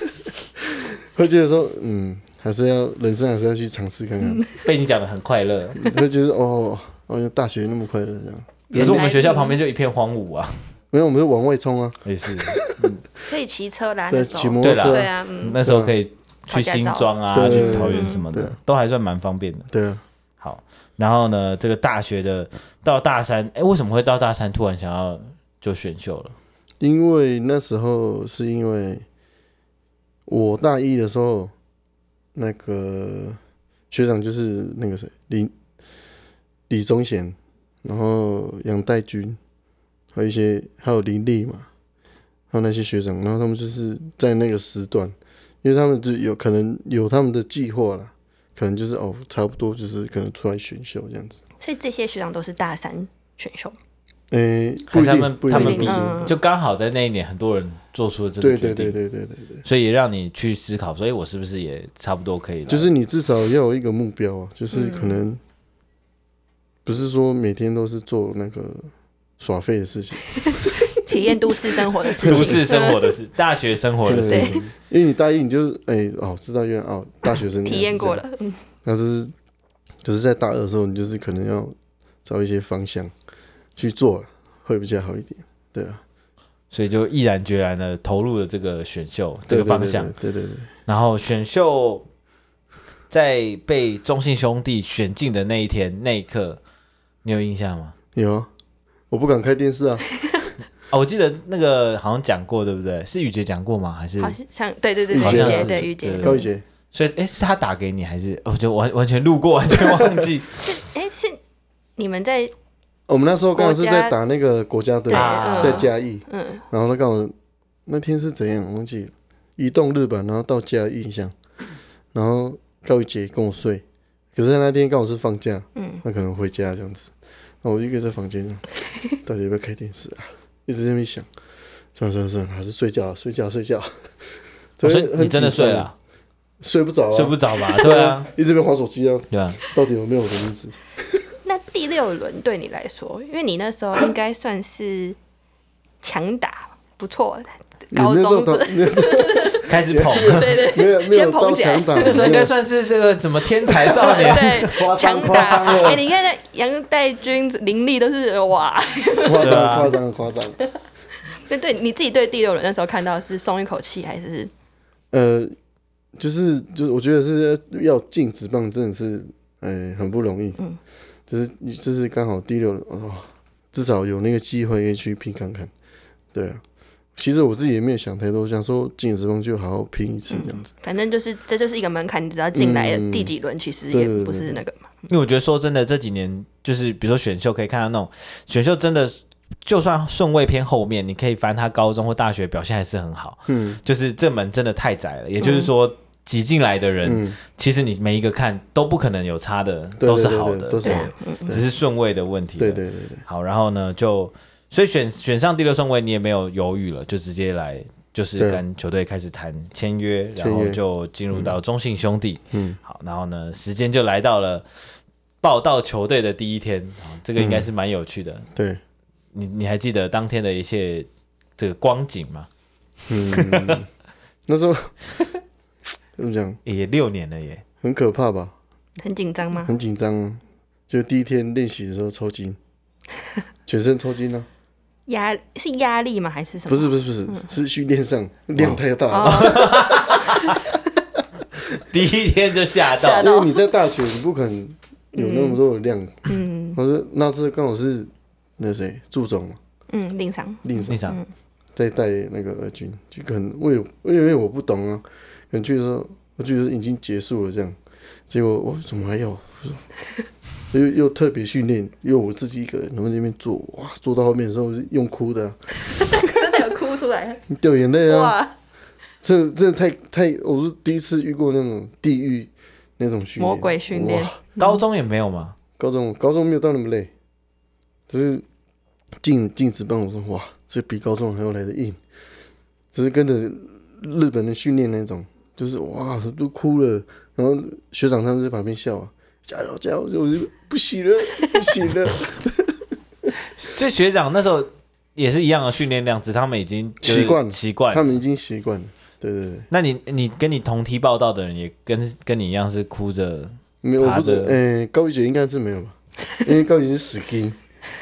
Speaker 4: 会觉得说，嗯，还是要人生还是要去尝试看看，
Speaker 2: 被你讲的很快乐，
Speaker 4: 会觉得哦，好像大学那么快乐这样，
Speaker 2: 可是我们学校旁边就一片荒芜啊，
Speaker 4: 没有，我们是往外冲啊，
Speaker 2: 也是。
Speaker 3: 可以骑车啦，
Speaker 4: 对，
Speaker 3: 那时候
Speaker 4: 骑摩托
Speaker 2: 对啦
Speaker 4: 车
Speaker 3: 对
Speaker 4: 啊，
Speaker 3: 啊，嗯，
Speaker 2: 那时候可以去新庄啊，
Speaker 4: 对
Speaker 2: 去桃园什么的
Speaker 4: 对，
Speaker 2: 都还算蛮方便的。
Speaker 4: 对啊，
Speaker 2: 好，然后呢，这个大学的到大三，哎，为什么会到大三突然想要就选秀了？
Speaker 4: 因为那时候是因为我大一的时候，那个学长就是那个谁李李宗贤，然后杨代军，还有一些还有林立嘛，还有那些学长，然后他们就是在那个时段，因为他们就有可能有他们的计划啦，可能就是哦，差不多就是可能出来选秀这样子。
Speaker 3: 所以这些学长都是大三选秀，
Speaker 4: 诶、不
Speaker 2: 还是
Speaker 4: 一
Speaker 2: 他
Speaker 4: 定，
Speaker 2: 们
Speaker 4: 不一
Speaker 2: 他
Speaker 4: 定，
Speaker 2: 们
Speaker 4: 不一定
Speaker 3: 嗯，
Speaker 2: 就刚好在那一年，很多人做出了这个
Speaker 4: 对
Speaker 2: 决
Speaker 4: 对对
Speaker 2: 定，
Speaker 4: 对对对对。
Speaker 2: 所以也让你去思考，所以我是不是也差不多可以来？ 嗯
Speaker 4: 就是你至少要有一个目标啊，就是可能不是说每天都是做那个耍废的事情，
Speaker 3: 体验都市生活的 事情，
Speaker 2: 都市生活的事，大学生活的事情。
Speaker 4: 因为你大一你就是 哎、哦知道原来哦大学生
Speaker 3: 体验过了，嗯
Speaker 4: 原来是这样，但是就是在大二的时候你就是可能要找一些方向去做，会比较好一点，对啊，
Speaker 2: 所以就毅然决然的投入了这个选秀这
Speaker 4: 对
Speaker 2: 个方向，，
Speaker 4: 对对对对对
Speaker 2: 然后选秀在被中信兄弟选进的那一天那一刻，你有印象吗？
Speaker 4: 对有啊，我不敢开电视啊，
Speaker 2: 啊，我记得那个好像讲过，对不对？是雨杰讲过吗？
Speaker 4: 嗯
Speaker 2: 还是
Speaker 3: 好像像对对对
Speaker 4: 雨
Speaker 3: 对，
Speaker 4: 杰
Speaker 3: 雨
Speaker 4: 好
Speaker 3: 杰
Speaker 4: 像
Speaker 3: 对
Speaker 2: 是
Speaker 3: 雨杰
Speaker 2: 对，
Speaker 4: 高宇杰，
Speaker 2: 所以哎，是他打给你，还是我就完完全路过，完全忘 记
Speaker 3: 哎是你们在
Speaker 4: 我们那时候刚好是
Speaker 3: 国
Speaker 4: 在
Speaker 3: 家
Speaker 4: 打那个国家队
Speaker 3: 对，
Speaker 2: 啊
Speaker 3: 嗯
Speaker 4: 在嘉义，
Speaker 3: 嗯
Speaker 4: 然后他告诉我那天是怎样，我忘记了，移动日本，然后到嘉义乡，然后高一姐跟我睡，可是那天刚好是放假，
Speaker 3: 嗯，
Speaker 4: 那可能回家这样子，那我一个人在房间上，到底要不要开电视啊？一直在那边想，算了算了算了，还是睡觉啊睡觉啊睡觉啊。
Speaker 2: 哦所以
Speaker 4: 昨天
Speaker 2: 你
Speaker 4: 很
Speaker 2: 真的
Speaker 4: 紧张
Speaker 2: 睡了啊、，
Speaker 4: 睡不着啊，
Speaker 2: 睡不着吧？对啊，
Speaker 4: 一直在那边划手机啊，
Speaker 2: 对啊，
Speaker 4: 到底有没有我的名字？
Speaker 3: 那第六轮对你来说，因为你那时候应该算是强打，不错，
Speaker 4: 你
Speaker 3: 高
Speaker 4: 那时候
Speaker 3: 中
Speaker 4: 到
Speaker 3: 子，
Speaker 4: 没有
Speaker 2: 开始捧。
Speaker 4: 没有没有
Speaker 3: 先
Speaker 4: 到
Speaker 3: 捧起来
Speaker 4: 强打，
Speaker 2: 那时候应
Speaker 4: 没
Speaker 2: 该
Speaker 4: 有
Speaker 2: 算是这个什么天才少年，
Speaker 3: 对，强
Speaker 4: 夸张
Speaker 3: 打。
Speaker 4: 了
Speaker 3: 哎，你看那杨代军、林立都是哇，
Speaker 4: 夸
Speaker 2: 对啊
Speaker 4: 张夸张夸张。
Speaker 3: 对对，你自己对第六轮那时候看到是松一口气还是？
Speaker 4: 呃，就是就是，我觉得是要进职棒真的是，呃，很不容易。
Speaker 3: 嗯，
Speaker 4: 就是你就是刚好第六轮哦，至少有那个机会可以去拼看看。对啊，其实我自己也没有想太多，想说进职棒就好好拼一次这样子。
Speaker 3: 反正就是这就是一个门槛，你只要进来
Speaker 4: 嗯
Speaker 3: 第几轮，其实
Speaker 4: 对
Speaker 3: 也
Speaker 4: 对对
Speaker 3: 不是那个嘛。
Speaker 2: 因为我觉得说真的，这几年就是比如说选秀，可以看到那种选秀真的，就算顺位偏后面，你可以翻他高中或大学表现还是很好。
Speaker 4: 嗯
Speaker 2: 就是这门真的太窄了，也就是说挤进来的人，
Speaker 4: 嗯，
Speaker 2: 其实你每一个看都不可能有差的，
Speaker 4: 对
Speaker 2: 都是
Speaker 4: 对对
Speaker 2: 好
Speaker 4: 对
Speaker 2: 的，
Speaker 4: 都是
Speaker 3: 对
Speaker 4: 好
Speaker 3: 啊
Speaker 4: 的，
Speaker 2: 对只是顺位的问题。
Speaker 4: 对对对对，
Speaker 2: 好，然后呢，就所以选选上第六顺位，你也没有犹豫了，就直接来，就是
Speaker 4: 对
Speaker 2: 跟球队开始谈签约，然
Speaker 4: 签
Speaker 2: 后
Speaker 4: 约
Speaker 2: 就进入到中信兄弟。
Speaker 4: 嗯，
Speaker 2: 好，然后呢，时间就来到了报到球队的第一天，啊这个应该是蛮有趣的。
Speaker 4: 对，
Speaker 2: 你你还记得当天的一些这个光景吗？
Speaker 4: 嗯， 那时候怎么讲，
Speaker 2: 也六年了耶，
Speaker 4: 很可怕吧？
Speaker 3: 很紧张吗？
Speaker 4: 很紧张啊。就第一天练习的时候抽 筋，全身抽筋啊。
Speaker 3: 压是压力吗？还是什么？
Speaker 4: 不是不是不是，是训练上嗯量太大了。
Speaker 3: 哦，
Speaker 2: 第一天就吓到
Speaker 3: 吓，
Speaker 4: 因为你在大学，你不可能有那么多的量。嗯，我说那这刚好是那谁祝总嘛，
Speaker 3: 嗯，令赏，
Speaker 4: 令上
Speaker 2: 那场
Speaker 4: 在带那个二军，就可能我有因为我不懂啊，可能去的时候我觉得已经结束了这样，结果我怎么还有？我说 又又特别训练，又我自己一个人，然后在那边做，哇，做到后面的时候是用哭的啊、
Speaker 3: 真的有哭出来，
Speaker 4: 掉眼泪啊，
Speaker 3: 哇，
Speaker 4: 这这太太，我是第一次遇过那种地狱那种训练，
Speaker 3: 魔鬼训练
Speaker 4: 哇，
Speaker 2: 高中也没有嘛，
Speaker 4: 高中高中没有到那么累，只是进进职棒，我说哇，这比高中还要来的硬，只是跟着日本的训练那种，就是哇都哭了，然后学长他们在旁边笑啊，加油加油，我就不行了不行了，
Speaker 2: 所以学长那时候也是一样的训练量，只是他们已经就是
Speaker 4: 习惯了
Speaker 2: 习惯
Speaker 4: 他
Speaker 2: 了。
Speaker 4: 们已经习惯了，对对对，
Speaker 2: 那你你跟你同梯报道的人也跟跟你一样是哭着，
Speaker 4: 没有我不知
Speaker 2: 爬着
Speaker 4: 呃、高一姐应该是没有吧， 因为高一姐是死金，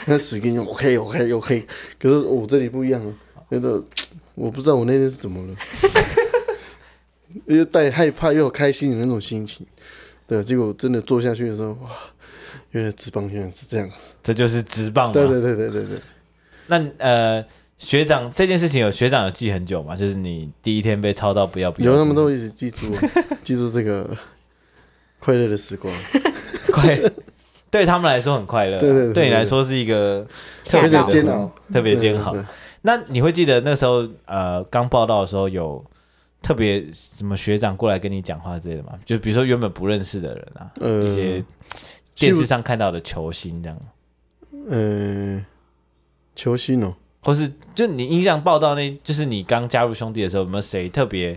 Speaker 4: 那死金 OK OK OK，可是我、这里不一样啊，那个我不知道我那天是怎么了， 又带害怕又有开心的那种心情，对，结果真的做下去的时候，哇，原来职棒现在是这样子，
Speaker 2: 这就是直棒嘛。
Speaker 4: 对对对对对对，
Speaker 2: 那呃，学长这件事情有学长有记很久嘛？就是你第一天被操到不要不要，
Speaker 4: 有他们都一直记住啊， 记住这个快乐的时光，
Speaker 2: 快，对他们来说很快乐啊，
Speaker 4: 对对对对
Speaker 2: 对你来说是一个
Speaker 3: 吓
Speaker 4: 有
Speaker 3: 到
Speaker 4: 点煎熬，
Speaker 2: 特别煎熬
Speaker 4: 对。对对
Speaker 2: 那你会记得那时候呃刚报道的时候有特别什么学长过来跟你讲话之类的吗？就比如说原本不认识的人啊，
Speaker 4: 呃
Speaker 2: 一些电视上看到的球星这样，
Speaker 4: 呃，球星哦、
Speaker 2: 或是就你印象报道那，就是你刚加入兄弟的时候，有没有谁特别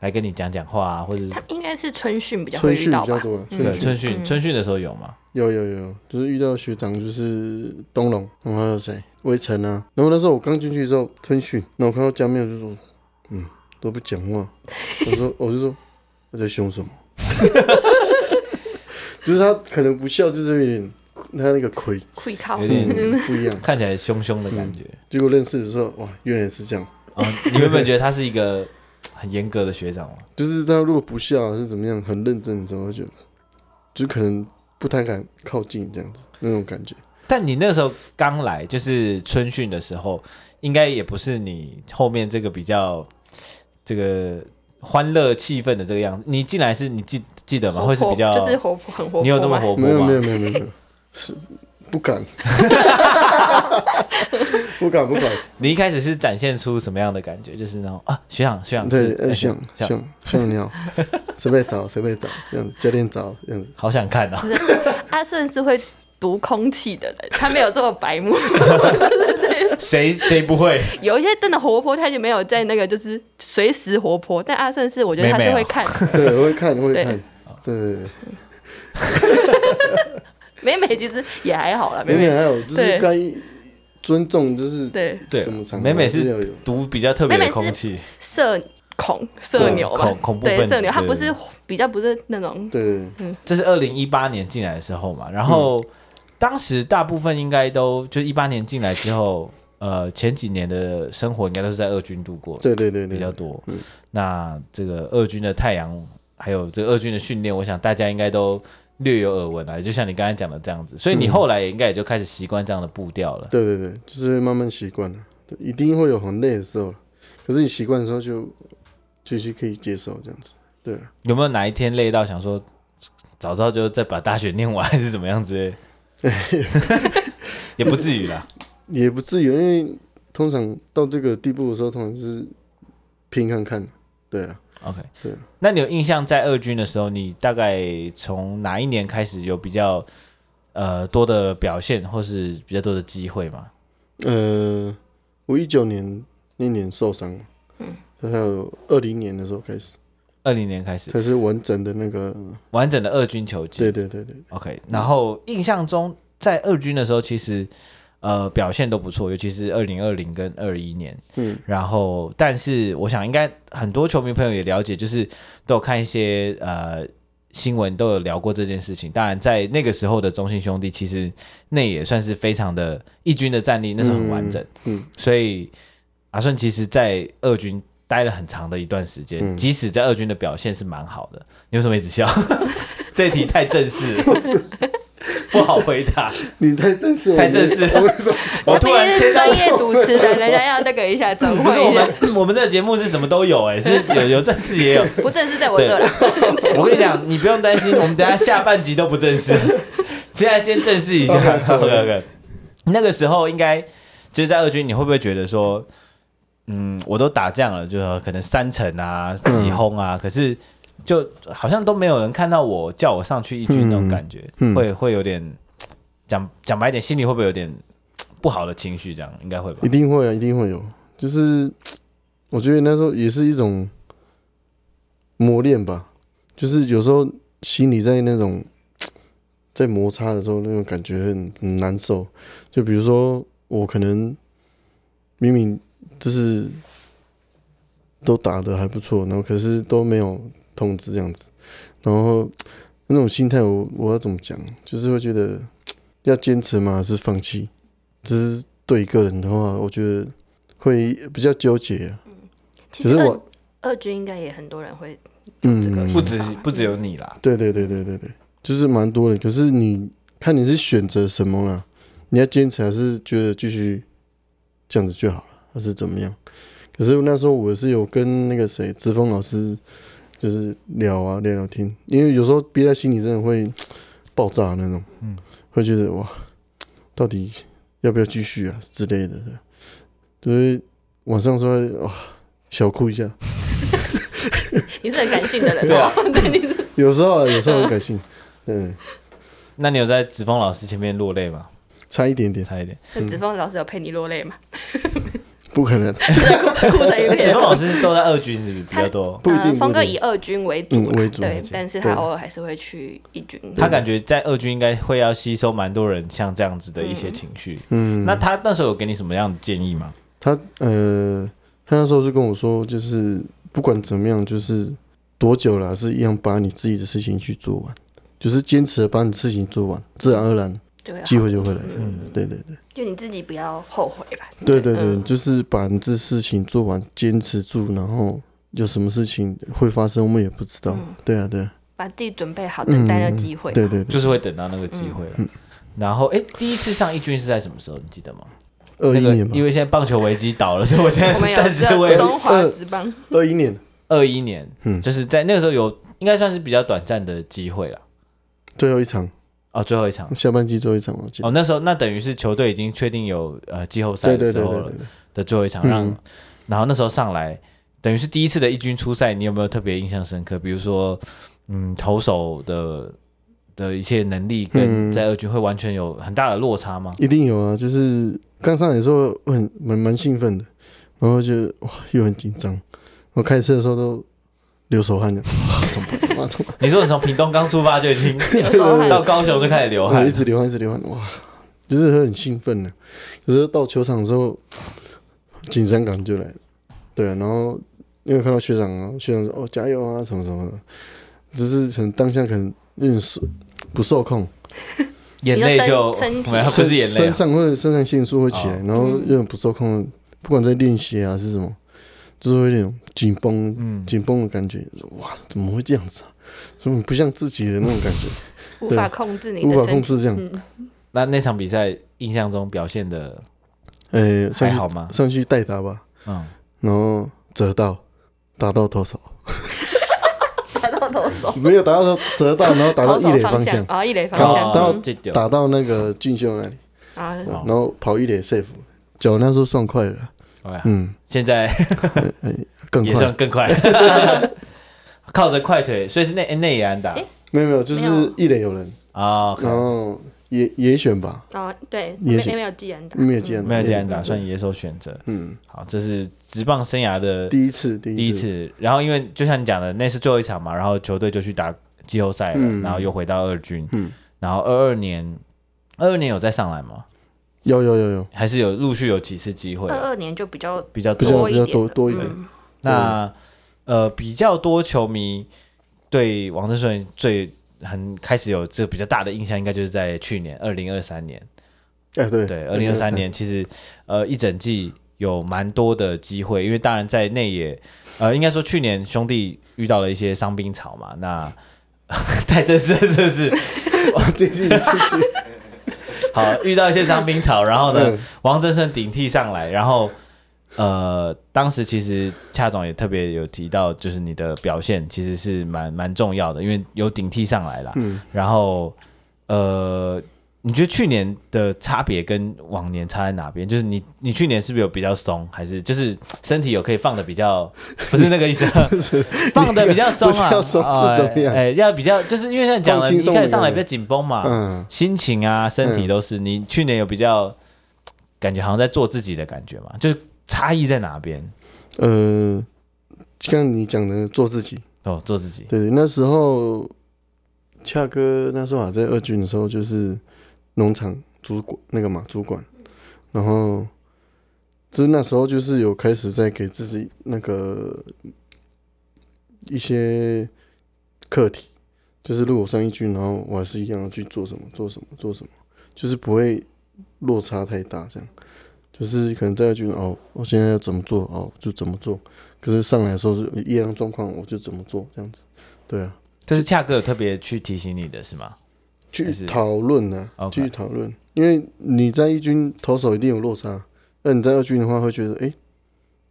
Speaker 2: 来跟你讲讲话啊？或者是
Speaker 3: 他应该是春训比较会遇
Speaker 4: 春训
Speaker 3: 到
Speaker 4: 比较
Speaker 3: 吧？嗯
Speaker 4: 多了，
Speaker 2: 对
Speaker 4: 春训
Speaker 2: 春训春训的时候有吗？
Speaker 4: 有有有，就是遇到学长，就是东龙，然后还有谁，围城啊。然后那时候我刚进去的时候，春训，那我看到江面就说，嗯，都不讲话。我说， 我就说我在凶什么？ 就是他可能不笑，就是有点他那个亏，
Speaker 3: 会靠
Speaker 2: 有点
Speaker 4: 嗯不一样。
Speaker 2: 看起来凶凶的感觉。
Speaker 4: 结果认识的时候，哇，原来是这样。
Speaker 2: 啊、你原本觉得他是一个很严格的学长吗？
Speaker 4: 就是他如果不笑是怎么样，很认真的时候就，就可能不太敢靠近这样子那种感觉。
Speaker 2: 但你那时候刚来，就是春训的时候，应该也不是你后面这个比较这个欢乐气氛的这个样子。你进来是你记记得吗？
Speaker 3: 活
Speaker 2: 会是
Speaker 3: 泼
Speaker 2: 比较
Speaker 3: 就是活泼，很活泼吗，
Speaker 2: 你有那么活
Speaker 4: 没
Speaker 2: 泼
Speaker 4: 有
Speaker 2: 吗
Speaker 4: 没？有没有没有没有，是不敢，不敢不敢。
Speaker 2: 你一开始是展现出什么样的感觉？就是那种啊，学长学长
Speaker 4: 对
Speaker 2: 是，
Speaker 4: 呃
Speaker 2: 哎
Speaker 4: 像
Speaker 2: 学长
Speaker 4: 像像你好，随便找随便找，这样子教练找这样子。
Speaker 2: 好想看啊！
Speaker 3: 阿顺是会读空气的人，他没有这么 白目。
Speaker 2: 谁谁不会？
Speaker 3: 有一些真的活泼，他就没有在那个就是随时活泼。但阿顺是，我觉得他是会看，
Speaker 4: 对，我会看我会
Speaker 3: 对
Speaker 4: 看，对对对，
Speaker 3: 美美其实也还好啦，美
Speaker 4: 美美
Speaker 3: 美
Speaker 4: 还有就是
Speaker 3: 对
Speaker 4: 该尊重，就是
Speaker 3: 对
Speaker 2: 对
Speaker 4: 什么场，合
Speaker 2: 美美
Speaker 4: 还要
Speaker 2: 是
Speaker 4: 有
Speaker 2: 读比较特别
Speaker 3: 美
Speaker 2: 的
Speaker 3: 美是
Speaker 2: 空气，
Speaker 3: 社恐社牛吧，
Speaker 2: 恐恐怖分
Speaker 3: 对
Speaker 2: 子
Speaker 3: 社牛，他
Speaker 2: 对
Speaker 3: 不是比较不是那种
Speaker 4: 对对对
Speaker 2: 这是二零一八年进来的时候嘛，然
Speaker 3: 嗯
Speaker 2: 后、当时大部分应该都就一八年进来之后，呃，前几年的生活应该都是在二军度过的
Speaker 4: 对对对对嗯
Speaker 2: 比较多。那这个二军的太阳，还有这个二军的训练，我想大家应该都略有耳闻啊，就像你刚才讲的这样子，所以
Speaker 4: 嗯
Speaker 2: 你后来也应该也就开始习惯这样的步调了。
Speaker 4: 对对对，就是慢慢习惯了，对一定会有很累的时候，可是你习惯的时候就就是可以接受这样子，对。
Speaker 2: 有没有哪一天累到想说，早知道就再把大学念完，还 是怎么样子？ 也不至于啦。
Speaker 4: 也不至于，因为通常到这个地步的时候，通常就是拼看看，对啊，
Speaker 2: OK，
Speaker 4: 对
Speaker 2: 那你有印象在二军的时候，你大概从哪一年开始有比较呃多的表现，或是比较多的机会吗？
Speaker 4: 呃，我一九年那年受伤，嗯，还有二零年的时候开始，
Speaker 2: 二零年开始
Speaker 4: 才是完整的那个，
Speaker 2: 完整的二军球季。
Speaker 4: 对对对对，
Speaker 2: OK，然后印象中在二军的时候，其实呃表现都不错，尤其是二零二零跟二一年。
Speaker 4: 嗯，
Speaker 2: 然后但是我想应该很多球迷朋友也了解，就是都有看一些呃新闻都有聊过这件事情。当然，在那个时候的中信兄弟，其实内也算是非常的一军的战力，那时候很完整。
Speaker 4: 嗯嗯
Speaker 2: 所以阿顺其实，在二军待了很长的一段时间，
Speaker 4: 嗯
Speaker 2: 即使在二军的表现是蛮好的。你为什么一直笑？ 这题太正式了， 不好回答。
Speaker 4: 你太正式了，
Speaker 2: 太正式了
Speaker 4: 我跟你说
Speaker 2: 我突然
Speaker 3: 毕竟
Speaker 2: 切
Speaker 3: 是
Speaker 2: 到
Speaker 3: 专业主持人，人家要那个一下转
Speaker 2: 不是
Speaker 3: 换
Speaker 2: 我
Speaker 3: 一下，
Speaker 2: 们， 我们这个节目是什么都有、哎，是有有正式也有。
Speaker 3: 不正是在我这了。
Speaker 2: 我跟你讲，你不用担心，我们等一下下半集都不正式， 现在先正式一下。
Speaker 4: OK，OK
Speaker 2: OK，OK 那个时候应该就是在二军，你会不会觉得说，嗯，我都打这样了，就是可能三成啊、
Speaker 4: 嗯
Speaker 2: 几轰啊，可是就好像都没有人看到我叫我上去一军那种感觉，
Speaker 4: 嗯嗯
Speaker 2: 会会有点讲讲白一点，心里会不会有点不好的情绪？这样应该会吧
Speaker 4: 一？定会啊，一定会有。就是我觉得那时候也是一种磨练吧，就是有时候心里在那种在摩擦的时候，那种感觉很很难受。就比如说我可能明明就是都打的还不错，然后可是都没有通知这样子，然后那种心态我我要怎么讲？就是会觉得要坚持吗？还是放弃？只是对一个人的话，我觉得会比较纠结。
Speaker 3: 其
Speaker 4: 只
Speaker 3: 实
Speaker 4: 是
Speaker 3: 二
Speaker 4: 我
Speaker 3: 二军应该也很多人会
Speaker 4: 嗯
Speaker 3: 这个，
Speaker 2: 不止不只有你啦，
Speaker 4: 对对对对对对，就是蛮多的。可是你看你是选择什么啦？你要坚持还是觉得继续这样子就好了，还是怎么样？可是那时候我是有跟那个谁子峰老师就是聊啊聊聊天，因为有时候憋在心里真的会爆炸那种，
Speaker 2: 嗯
Speaker 4: 会觉得哇，到底要不要继续啊之类的，就是晚上说哇小哭一下，
Speaker 3: 你是很感性的 人，哦
Speaker 2: 对啊，
Speaker 3: 对，你是
Speaker 4: 有时候啊有时候很感性，嗯，
Speaker 2: 那你有在子峰老师前面落泪吗？
Speaker 4: 差一点点，
Speaker 2: 差一 点。
Speaker 4: 嗯
Speaker 3: 那子峰老师有陪你落泪吗？
Speaker 4: 不可能。啊
Speaker 3: 哭成一
Speaker 2: 子
Speaker 3: 片
Speaker 2: 峰。老师都在二军，是不是比较多？
Speaker 4: 不一定
Speaker 3: 呃峰
Speaker 4: 不
Speaker 3: 哥
Speaker 4: 一定
Speaker 3: 以二军为主啦
Speaker 4: 嗯为主为
Speaker 3: 对
Speaker 4: 主，
Speaker 3: 但是
Speaker 4: 对
Speaker 3: 他偶尔还是会去一军。
Speaker 2: 他感觉在二军应该会要吸收蛮多人像这样子的一些情绪。
Speaker 4: 嗯，
Speaker 2: 那他那时候有给你什么样的建议吗？
Speaker 4: 他呃，他那时候就跟我说，就是不管怎么样，就是多久了，是一样把你自己的事情去做完，就是坚持地把你事情做完，自然而然
Speaker 3: 对啊，
Speaker 4: 机会就会来。
Speaker 3: 嗯
Speaker 4: 对对对
Speaker 3: 就你自己不要后悔吧。
Speaker 4: 对对对，
Speaker 3: 嗯
Speaker 4: 就是把你这事情做完，坚持住，然后有什么事情会发生，我们也不知道。
Speaker 3: 嗯
Speaker 4: 对啊对啊，
Speaker 3: 把自己准备好，
Speaker 4: 嗯
Speaker 3: 等待那机会。
Speaker 4: 对对对，
Speaker 2: 就是会等到那个机会了。
Speaker 4: 嗯
Speaker 2: 然后，哎、第一次上一军是在什么时候？你记得吗？
Speaker 4: 二
Speaker 2: 那
Speaker 4: 一
Speaker 2: 个，
Speaker 4: 年吧
Speaker 2: 因，为现在棒球危机倒了，所 以我现在
Speaker 3: 我们
Speaker 2: 是
Speaker 3: 有
Speaker 2: 暂时为
Speaker 3: 这
Speaker 4: 中
Speaker 3: 中华职棒，
Speaker 4: 二一年，
Speaker 2: 二一年，
Speaker 4: 嗯
Speaker 2: 就是在那个时候有应该算是比较短暂的机会了。
Speaker 4: 最后一场，
Speaker 2: 哦，最后一场。
Speaker 4: 下半季最后一场，我记得。
Speaker 2: 哦，那时候那等于是球队已经确定有呃季后赛
Speaker 4: 对
Speaker 2: 的
Speaker 4: 对
Speaker 2: 时
Speaker 4: 对
Speaker 2: 候
Speaker 4: 对
Speaker 2: 了
Speaker 4: 对，对
Speaker 2: 的最后一场，让、
Speaker 4: 嗯
Speaker 2: 然后那时候上来，等于是第一次的一军出赛，你有没有特别印象深刻？比如说，嗯，投手的的一些能力跟
Speaker 4: 嗯
Speaker 2: 在二军会完全有很大的落差吗？
Speaker 4: 一定有啊，就是刚上来的时候我很蛮蛮兴奋的，然后就哇又很紧张，我开车的时候都流手汗了，啊怎么办？哇怎么
Speaker 2: 你说你从屏东刚出发就已 经
Speaker 3: 有时候还
Speaker 2: 到高雄就开始流
Speaker 4: 办？我
Speaker 2: 汗
Speaker 4: 一，直流汗，一直流汗，哇，就是很兴奋呢、可是到球场之后，紧张感就来了，对啊，然后因为看到学长啊，学长说哦加油啊什么什么的，只是可能当下可能有点受不受控，
Speaker 2: 眼泪就
Speaker 3: 你的身身体
Speaker 2: 没有不是眼泪
Speaker 4: 身
Speaker 2: 啊、
Speaker 4: 上会肾上腺素会起来，
Speaker 2: 哦
Speaker 4: 然后有点不受控，不管在练习啊是什么，就是会有点紧绷、
Speaker 2: 嗯，
Speaker 4: 紧绷的感觉。哇，怎么会这样子啊？怎么不像自己的那种感觉？
Speaker 3: 无法控制你
Speaker 4: 无法
Speaker 3: 的身
Speaker 4: 控
Speaker 3: 体。
Speaker 4: 制这样。
Speaker 3: 嗯，
Speaker 2: 那那场比赛印象中表现的
Speaker 3: 嗯
Speaker 4: 呃、上
Speaker 2: 还
Speaker 4: 去
Speaker 2: 好吗？
Speaker 4: 上去代打吧，
Speaker 2: 嗯，
Speaker 4: 然后折到，打到投手，
Speaker 3: 打到投手，
Speaker 4: 没有打到投折到，然后打到
Speaker 3: 投
Speaker 4: 一
Speaker 3: 手
Speaker 4: 垒方
Speaker 3: 向
Speaker 4: 向，
Speaker 3: 啊，一垒方
Speaker 4: 刚好
Speaker 3: 向
Speaker 4: 到
Speaker 3: 嗯
Speaker 2: 这丢
Speaker 4: 打到那个俊秀那里，
Speaker 3: 啊，
Speaker 2: 哦
Speaker 4: 然后跑一垒 safe。脚那时候算快了，
Speaker 2: 哎呀
Speaker 4: 嗯，
Speaker 2: 现在
Speaker 4: 更
Speaker 2: 也算
Speaker 4: 快。
Speaker 2: 更快， 靠着快腿，所以是内内野安打
Speaker 3: 诶
Speaker 4: 没有没有，就是
Speaker 3: 没有
Speaker 4: 一垒有人，
Speaker 2: 啊，
Speaker 4: 然后野野选吧，
Speaker 3: 啊，对，
Speaker 4: 也
Speaker 3: 没
Speaker 4: 许
Speaker 3: 没有既然打，
Speaker 4: 没有见，
Speaker 2: 没有这样打，算野手选择。
Speaker 4: 嗯，
Speaker 2: 好，这是职棒生涯的
Speaker 4: 第一次，第一
Speaker 2: 第一，次。然后因为就像你讲的，那是最后一场嘛，然后球队就去打季后赛了，
Speaker 4: 嗯
Speaker 2: 然后又回到二军。
Speaker 4: 嗯
Speaker 2: 然后二二年，二二年有再上来吗？
Speaker 4: 有有有有，
Speaker 2: 还是有陆续有几次机会
Speaker 3: 嗯二二年就比较
Speaker 2: 比较
Speaker 4: 比
Speaker 2: 多？
Speaker 4: 较
Speaker 3: 多
Speaker 4: 比
Speaker 3: 一
Speaker 4: 较
Speaker 3: 点
Speaker 4: 多
Speaker 3: 了
Speaker 4: 多一点
Speaker 3: 嗯
Speaker 2: 那呃，比较多球迷对王振顺最很开始有这比较大的印象，应该就是在去年二零二三年。
Speaker 4: 哎，对
Speaker 2: 对，二零二 三年其实呃一整季有蛮多的机会，因为当然在内野，呃，应该说去年兄弟遇到了一些伤兵潮嘛，那 太真实了是不 是？
Speaker 4: 继 续继续，
Speaker 2: 好，遇到一些伤兵潮，然后呢
Speaker 4: 嗯，
Speaker 2: 王振胜顶替上来，然后呃，当时其实恰总也特别有提到，就是你的表现其实是蛮蛮重要的，因为有顶替上来啦。
Speaker 4: 嗯，
Speaker 2: 然后呃，你觉得去年的差别跟往年差在哪边？就是你你去年是不是有比较松，还是就是身体有可以放的比较，不是那个意思 啊，放的比较松啊，
Speaker 4: 不是要松
Speaker 2: 哦
Speaker 4: 是怎么样
Speaker 2: 哎、哎要比较就是因为像你讲
Speaker 4: 放
Speaker 2: 了，你
Speaker 4: 轻
Speaker 2: 一
Speaker 4: 松
Speaker 2: 开始
Speaker 4: 的
Speaker 2: 上来
Speaker 4: 感
Speaker 2: 比
Speaker 4: 觉
Speaker 2: 较紧绷嘛，
Speaker 4: 嗯
Speaker 2: 心情啊、身体
Speaker 4: 嗯
Speaker 2: 都是。你去年有比较感觉好像在做自己的感觉嘛，就是差异在哪边？
Speaker 4: 呃，像你讲的做自己，
Speaker 2: 哦，做自己，
Speaker 4: 对，那时候恰哥那时候还在二军的时候，就是农场主管那个嘛主管，然后就是那时候就是有开始在给自己那个一些课题，就是如果我上一军，然后我还是一样要去做什么做什么做什么，就是不会落差太大这样。就是可能在二军哦，我现在要怎么做哦，就怎么做。可是上来的时候是一样状况，我就怎么做这样子。对啊，
Speaker 2: 这是恰哥有特别去提醒你的是吗？还
Speaker 4: 去
Speaker 2: 是
Speaker 4: 讨论呢，
Speaker 2: OK
Speaker 4: 去讨论，因为你在一军投手一定有落差，那你在二军的话会觉得，哎、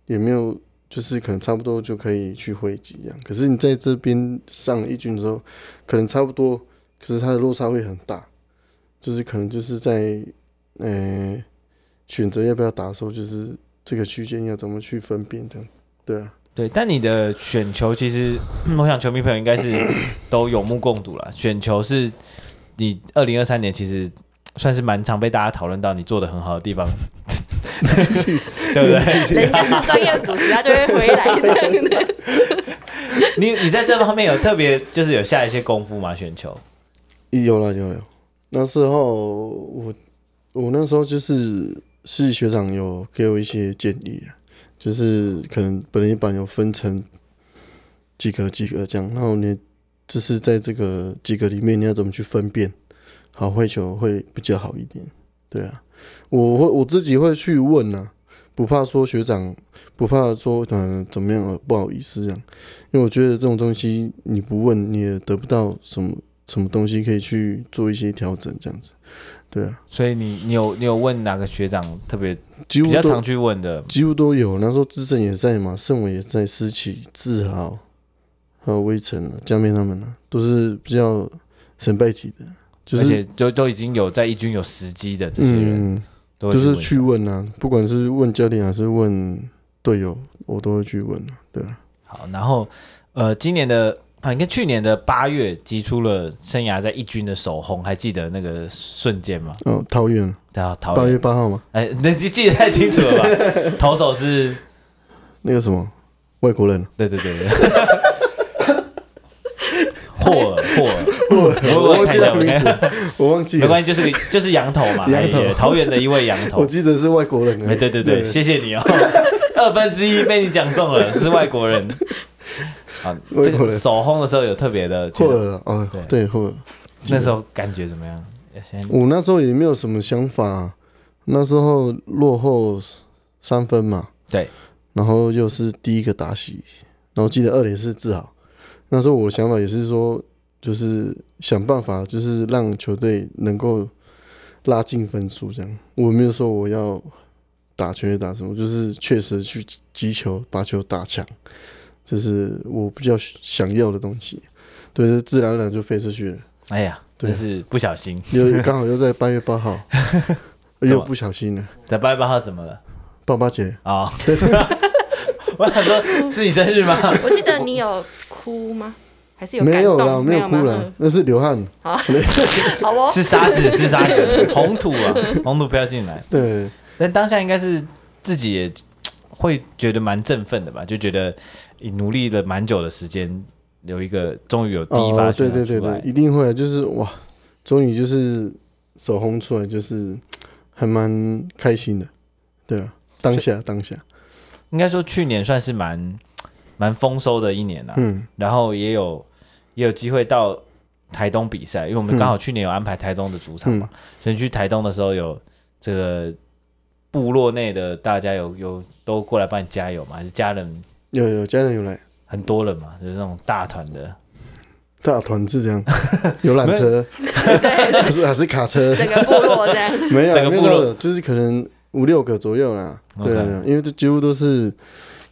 Speaker 4: 也没有，就是可能差不多就可以去挥击这样。可是你在这边上一军的时候，可能差不多，可是它的落差会很大，就是可能就是在，呃，选择要不要打的时候，就是这个区间要怎么去分辨这样子。对啊，
Speaker 2: 对，但你的选球其实， 我想球迷朋友应该是都有目共睹了。选球是你二零二三年其实算是蛮常被大家讨论到你做的很好的地方， 对不
Speaker 4: 啊
Speaker 2: 对？
Speaker 3: 人家是专业主持，他就会回 来这样的。
Speaker 2: 你你在这方面有特别就是有下一些功夫吗？选球？
Speaker 4: 有了有了，那时候我我那时候就是是学长有给我一些建议啊，就是可能本垒板有分成几个几个这样，然后你就是在这个几个里面你要怎么去分辨，好会球会比较好一点，对啊，我会我自己会去问啊，不怕说学长，不怕说嗯、呃怎么样呃不好意思这样，因为我觉得这种东西你不问你也得不到什么。什么东西可以去做一些调整，这样子，对啊，
Speaker 2: 所以你你有你有问哪个学长特别
Speaker 4: 几
Speaker 2: 比
Speaker 4: 乎
Speaker 2: 较
Speaker 4: 都
Speaker 2: 常去问的？
Speaker 4: 几乎都有。那时候资政也在嘛，盛伟也在，思琪、志豪，还有微尘啊、江面他们啊，都是比较神拜级的，就
Speaker 2: 而
Speaker 4: 是
Speaker 2: 且都都已经有在一军有时机的这些人，
Speaker 4: 嗯，
Speaker 2: 都会
Speaker 4: 就是
Speaker 2: 问
Speaker 4: 去问啊，不管是问教练还是问队友，我都会去问啊，对啊，
Speaker 2: 好。然后呃，今年的啊，你看去年的八月击出了生涯在一军的首轰，还记得那个瞬间吗？
Speaker 4: 哦，桃园啊
Speaker 2: 对啊，桃
Speaker 4: 八月
Speaker 2: 园，
Speaker 4: 八号嘛，
Speaker 2: 哎，那你记得太清楚了吧？投手是，
Speaker 4: 那个什么外 国人啊，
Speaker 2: 对对对对。霍尔，霍尔，我
Speaker 4: 我忘记他
Speaker 2: 我看一
Speaker 4: 名
Speaker 2: 下
Speaker 4: 字，我忘记
Speaker 2: 没关
Speaker 4: 了，
Speaker 2: 系，就是就是羊头嘛，
Speaker 4: 羊头
Speaker 2: 哎桃园的一位羊头
Speaker 4: 我，记得是外国人啊
Speaker 2: 哎，，对对对，谢谢你哦， 二分之一被你讲中了，是外国 人。啊，
Speaker 4: 外国人
Speaker 2: 这个手轰的时候有特别的觉
Speaker 4: 霍
Speaker 2: 得，
Speaker 4: 尔啊哦
Speaker 2: 对，
Speaker 4: 对霍尔，
Speaker 2: 那时候感觉怎么样？先
Speaker 4: 我那时候也没有什么想法、啊那时候落后三分嘛，
Speaker 2: 对，
Speaker 4: 然后又是第一个打席，然后记得二垒是志豪，那时候我的想法也是说，就是想办法，就是让球队能够拉近分数这样。我没有说我要打全垒打什么，就是确实去击球，把球打强，这是我比较想要的东西。对，这自然而然就飞出去了。
Speaker 2: 哎呀，
Speaker 4: 对
Speaker 2: 真是不小心。
Speaker 4: 又刚好又在八月八号，又不小心了，
Speaker 2: 在八月八号怎么了？
Speaker 4: 爸爸节
Speaker 2: 啊，我想说是你生日吗？
Speaker 3: 我记得你有哭吗？还是有
Speaker 4: 没
Speaker 3: 感
Speaker 4: 有
Speaker 3: 动？
Speaker 4: 啦，没有
Speaker 3: 吗
Speaker 4: 哭啦，那是流汗。
Speaker 3: 嗯好哦，
Speaker 2: 是沙子，是沙子，红土啊，红土飘进来。
Speaker 4: 对，
Speaker 2: 但当下应该是自己也会觉得蛮振奋的吧，就觉得你努力了蛮久的时间，有一个终于有第一发
Speaker 4: 哦，
Speaker 2: 出
Speaker 4: 对
Speaker 2: 来。
Speaker 4: 对对对，一定会啊，就是哇，终于就是手轰出来，就是还蛮开心的，对啊，当下当下，
Speaker 2: 应该说去年算是蛮蛮丰收的一年啦、
Speaker 4: 嗯，
Speaker 2: 然后也有也有机会到台东比赛，因为
Speaker 4: 嗯
Speaker 2: 我们刚好去年有安排台东的主场嘛，所以去台东的时候有这个部落内的大家有有都过来帮你加油嘛，还是家人
Speaker 4: 有有家人有来，
Speaker 2: 很多人嘛，就是那种大团的，
Speaker 4: 大团是这样，游览车，还是还是卡车，
Speaker 3: 整个部落这样，
Speaker 4: 没有
Speaker 2: 整个
Speaker 4: 没
Speaker 2: 部落
Speaker 4: 有到，就是可能五六个左右啦。
Speaker 2: OK
Speaker 4: 对啊对啊，因为这几乎都是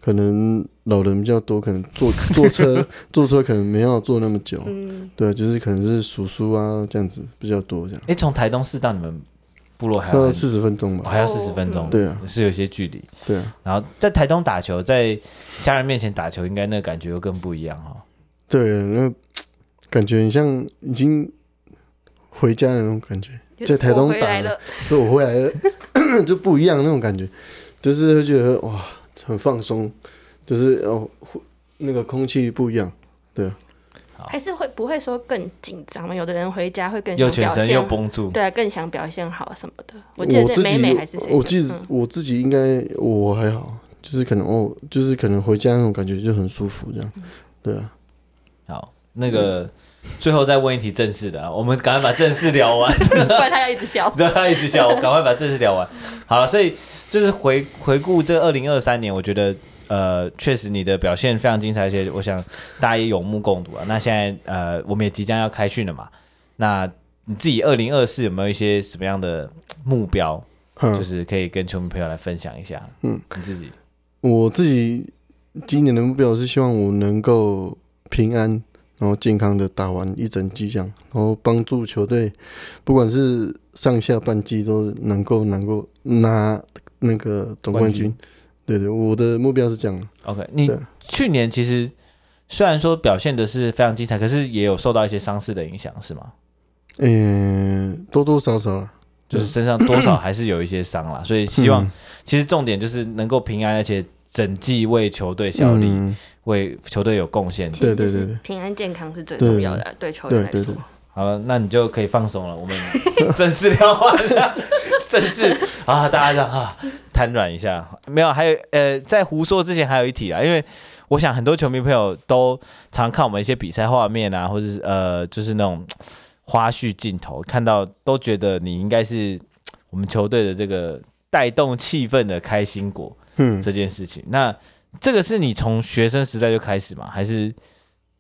Speaker 4: 可能老人比较多，可能坐坐 车坐车可能没要坐那么久。
Speaker 3: 嗯，
Speaker 4: 对，啊就是可能是叔叔啊这样子比较多，这样
Speaker 2: 诶，从台东市到你们部落还有
Speaker 4: 要
Speaker 2: 很
Speaker 4: 啊四十分钟
Speaker 2: 哦
Speaker 4: 吧。
Speaker 2: 还要四十分钟，
Speaker 4: 对啊，
Speaker 2: 是有些距离。
Speaker 4: 对啊，
Speaker 2: 然后在台东打球，在家人面前打球，应该那个感觉又更不一样哈、
Speaker 4: 对，那感觉很像已经回家的那种感觉，
Speaker 3: 有点
Speaker 4: 在台东
Speaker 3: 我回来
Speaker 4: 打
Speaker 3: 了，
Speaker 4: 所以我回来了 就不一样那种感觉，就是会觉得哇很放松，就是哦呼那个空气不一样。
Speaker 3: 还是会不会说更紧张吗？有的人回家会更
Speaker 2: 右
Speaker 3: 想
Speaker 2: 全
Speaker 3: 表
Speaker 2: 身又
Speaker 3: 现，
Speaker 2: 绷住，
Speaker 3: 对啊，更想表现好什么的。
Speaker 4: 我
Speaker 3: 记得
Speaker 4: 自
Speaker 3: 在美
Speaker 4: 己，
Speaker 3: 美还是谁的，
Speaker 4: 我记得
Speaker 3: 嗯
Speaker 4: 我自己应该我还好，就是可能哦，就是可能回家那种感觉就很舒服这样，
Speaker 3: 嗯
Speaker 4: 对啊，
Speaker 2: 好，那个最后再问一题正式的、啊，我们赶快把正事聊完，
Speaker 3: 不然他要一直笑。
Speaker 2: 不要他一直笑，我赶快把正事聊完。好了，所以就是回回顾这二零二三年，我觉得呃，确实你的表现非常精彩，而且我想大家也有目共睹啊。那现在呃，我们也即将要开训了嘛，那你自己二零二四有没有一些什么样的目标，
Speaker 4: 嗯，
Speaker 2: 就是可以跟球迷朋友来分享一下？嗯
Speaker 4: 嗯，
Speaker 2: 你自己
Speaker 4: 我自己今年的目标是希望我能够平安，然后健康的打完一整季这样，然后帮助球队，不管是上下半季都能够能够拿那个总冠军。
Speaker 2: 冠
Speaker 4: 对对，我的目标是这样。
Speaker 2: OK，你
Speaker 4: 对
Speaker 2: 去年其实虽然说表现的是非常精彩，可是也有受到一些伤势的影响，是吗？
Speaker 4: 嗯、多多少少啦
Speaker 2: 就是身上多少还是有一些伤 啦，所以希
Speaker 4: 嗯
Speaker 2: 望、其实重点就是能够平安，而且整季为球队效力，
Speaker 4: 嗯
Speaker 2: 为球队有贡献。
Speaker 4: 对对对对，
Speaker 3: 平安健康是最
Speaker 4: 对
Speaker 3: 重要的，对球员来
Speaker 4: 对
Speaker 3: 说
Speaker 4: 对。
Speaker 2: 好了，那你就可以放松了。我们正式聊完了，正式啊，大家这样啊，瘫软一下。没有，还有呃，在胡说之前还有一题啊，因为我想很多球迷朋友都常看我们一些比赛画面啊，或者是呃，就是那种花絮镜头，看到都觉得你应该是嗯我们球队的这个带动气氛的开心果
Speaker 4: 嗯，
Speaker 2: 这件事情。那这个是你从学生时代就开始吗？还是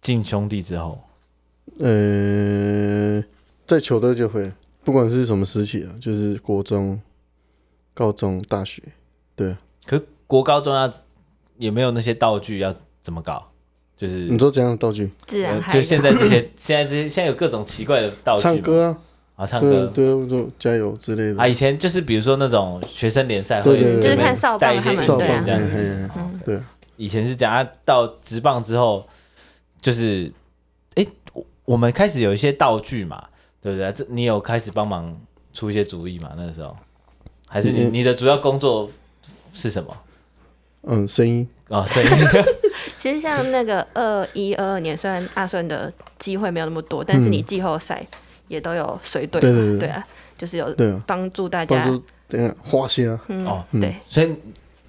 Speaker 2: 进兄弟之后？
Speaker 4: 呃，在球队就会，不管是什么时期啊，就是国中、高中、大学，
Speaker 2: 可是国高中要也没有那些道具，要怎么搞？就是
Speaker 4: 你说怎样的道具？
Speaker 3: 自然
Speaker 2: 呃
Speaker 3: 还
Speaker 2: 就现在这些，现在这些现在有各种奇怪的道具嘛，
Speaker 4: 唱歌啊，
Speaker 2: 啊，唱
Speaker 4: 对
Speaker 2: 歌
Speaker 4: 对，我说加油之类的
Speaker 2: 啊，以前就是比如说那种学生联赛
Speaker 4: 对
Speaker 2: 会
Speaker 4: 对对
Speaker 3: 就是看
Speaker 2: 准备
Speaker 3: 少
Speaker 2: 带一
Speaker 3: 棒
Speaker 2: 些
Speaker 3: 他
Speaker 2: 运
Speaker 3: 们，
Speaker 4: 少
Speaker 2: 动
Speaker 3: 对
Speaker 4: 棒
Speaker 3: 啊
Speaker 2: 这，样
Speaker 4: 嘿
Speaker 2: 子
Speaker 4: 嘿，
Speaker 2: 好
Speaker 4: 对啊
Speaker 2: 以前是讲啊，到职棒之后，就是哎，我我们开始有一些道具嘛，对不对？这你有开始帮忙出一些主意嘛？那个时候，还是你
Speaker 4: 嗯
Speaker 2: 你的主要工作是什么？
Speaker 4: 嗯，声音，
Speaker 2: 啊，声音
Speaker 3: 其实像那个二一二二年，虽然阿顺的机会没有那么多，但是你季后赛也都有随队
Speaker 4: 对对
Speaker 3: 嘛，
Speaker 4: 对
Speaker 3: 对啊，就是有
Speaker 4: 对啊，
Speaker 3: 帮助大
Speaker 4: 帮
Speaker 3: 家，
Speaker 4: 助等下花虾，
Speaker 2: 哦
Speaker 3: 嗯，
Speaker 4: 嗯
Speaker 3: 对，
Speaker 2: 所以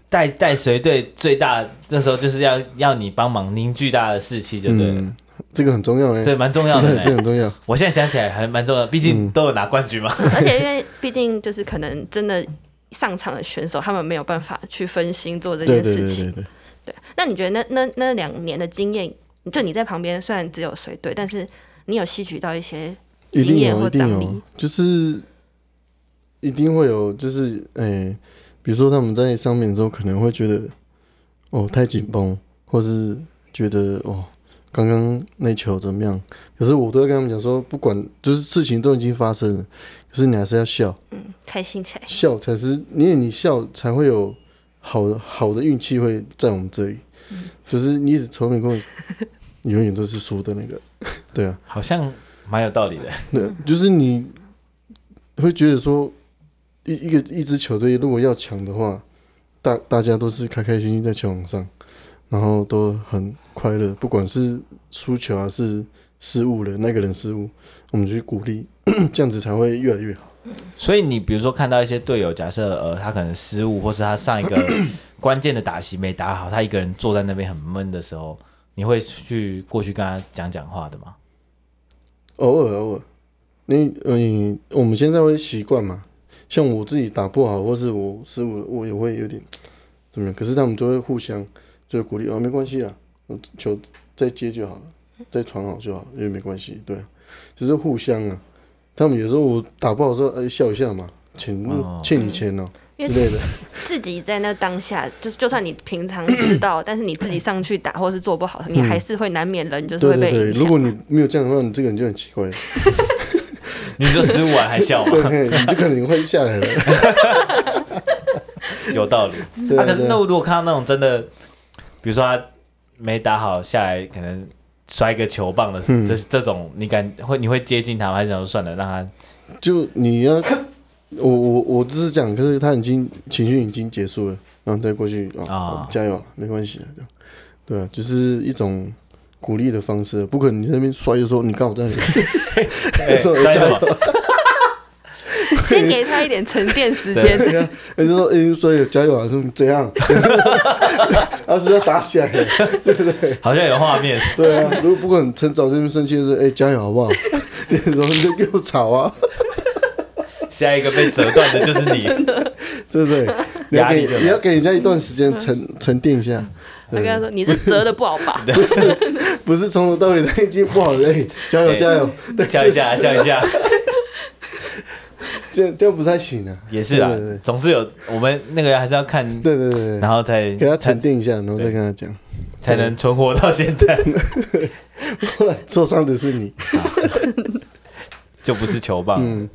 Speaker 2: 带带随队最大那时候就是要要你帮忙凝聚大家的士气，就对了，
Speaker 4: 嗯，这个很重要嘞，
Speaker 2: 这
Speaker 4: 对，
Speaker 2: 蛮重要 的
Speaker 4: 这
Speaker 2: 呢。
Speaker 4: 很重要，
Speaker 2: 我现在想起来还蛮重要的，毕
Speaker 4: 嗯
Speaker 2: 竟都有拿冠军嘛。
Speaker 3: 而且因为毕竟就是可能真的上场的选手，他们没有办法去分心做这
Speaker 4: 对
Speaker 3: 件
Speaker 4: 对
Speaker 3: 事
Speaker 4: 对
Speaker 3: 情
Speaker 4: 对，对，
Speaker 3: 对，那你觉得那那那两年的经验，就你在旁边虽然只有随队，但是你有吸取到一些
Speaker 4: 一
Speaker 3: 经
Speaker 4: 定
Speaker 3: 验
Speaker 4: 有，
Speaker 3: 或
Speaker 4: 一定
Speaker 3: 奖
Speaker 4: 有
Speaker 3: 励，
Speaker 4: 就是一定会有，就是诶，比如说他们在上面的时候，可能会觉得哦太紧绷，或是觉得哦刚刚那球怎么样？可是我都会跟他们讲说，不管就是事情都已经发生了，可是你还是要笑，
Speaker 3: 嗯开心起来，
Speaker 4: 笑才是，因为你笑才会有好的好的运气会在我们这里，
Speaker 3: 嗯
Speaker 4: 就是你一直愁眉苦脸，你永远都是输的那个，对啊。
Speaker 2: 好像蛮有道理的。
Speaker 4: 对，就是你会觉得说，一一个一支球队如果要强的话，大大家都是开开心心在球场上，然后都很快乐，不管是输球还是失误了，那个人失误，我们去鼓励， 这样子才会越来越好。
Speaker 2: 所以你比如说看到一些队友，假设呃他可能失误，或是他上一个 关键的打席没打好，他一个人坐在那边很闷的时候，你会去过去跟他讲讲话的吗？
Speaker 4: 偶尔偶尔，你嗯、我们现在会习惯嘛，像我自己打不好，或是我失误，我也会有点怎么样，可是他们都会互相就鼓励啊，没关系啦，我球再接就好了，再传好就好，也没关系，对啊，就是互相啊，他们有时候我打不好的时候，哎、笑一下嘛，钱
Speaker 2: 哦
Speaker 4: 欠你钱哦、
Speaker 3: 因
Speaker 4: 之
Speaker 3: 为
Speaker 4: 类的，
Speaker 3: 自己在那当下，就是就算你平常知道，但是你自己上去打或是做不好，你还是会难免人就是
Speaker 4: 对
Speaker 3: 会被
Speaker 4: 对对，
Speaker 3: 影响。
Speaker 4: 如果你没有这样的话，你这个人就很奇怪了，
Speaker 2: 你说失误完还笑吗？
Speaker 4: 对，嘿你就可能会下来了，
Speaker 2: 有道理。
Speaker 4: 对
Speaker 2: 啊，
Speaker 4: 啊，
Speaker 2: 可是
Speaker 4: 对
Speaker 2: 那
Speaker 4: 啊
Speaker 2: 如果看到那种真的，比如说他没打好下来，可能摔个球棒的，
Speaker 4: 嗯
Speaker 2: 这这种你敢会你会接近他吗？还是想说算了，让他
Speaker 4: 就你要，我我我只是讲，可是他已经情绪已经结束了，然后再过去啊、
Speaker 2: 啊
Speaker 4: 加油，没关系的，这样对啊，就是一种鼓励的方式，不可能你在那边摔的时候，你刚好在那里，
Speaker 2: 哎
Speaker 4: 说
Speaker 2: 摔什么？
Speaker 3: 先给他一点沉淀时间，
Speaker 4: 对啊，你就说哎、摔了，加油啊，说你这样， 然后是要打起来了，
Speaker 2: 好像有画面。
Speaker 4: 对啊，如果不管很早就那边生气的时候，哎、加油好不好？ 你说你就给我吵啊，
Speaker 2: 下一个被折断的就是 你，
Speaker 4: 对不对？你要
Speaker 2: 压力
Speaker 4: 给
Speaker 2: 就来
Speaker 4: 也要给人家一段时间沉沉淀一下。
Speaker 3: 我跟 他说你这折的不好吧？
Speaker 4: 不是从头到尾他已经不好了，哎加油
Speaker 2: 哎
Speaker 4: 加油！
Speaker 2: 笑一下，笑一下，
Speaker 4: 这样这样不太行啊。
Speaker 2: 也是啊
Speaker 4: 对对对，
Speaker 2: 总是有我们那个还是要看，
Speaker 4: 对对对
Speaker 2: 然
Speaker 4: 对，
Speaker 2: 后才
Speaker 4: 给他
Speaker 2: 才
Speaker 4: 沉淀一下，然后再跟他讲。
Speaker 2: 才能存活到现在，
Speaker 4: 后来受伤的是你，
Speaker 2: 就不是球棒。
Speaker 4: 嗯，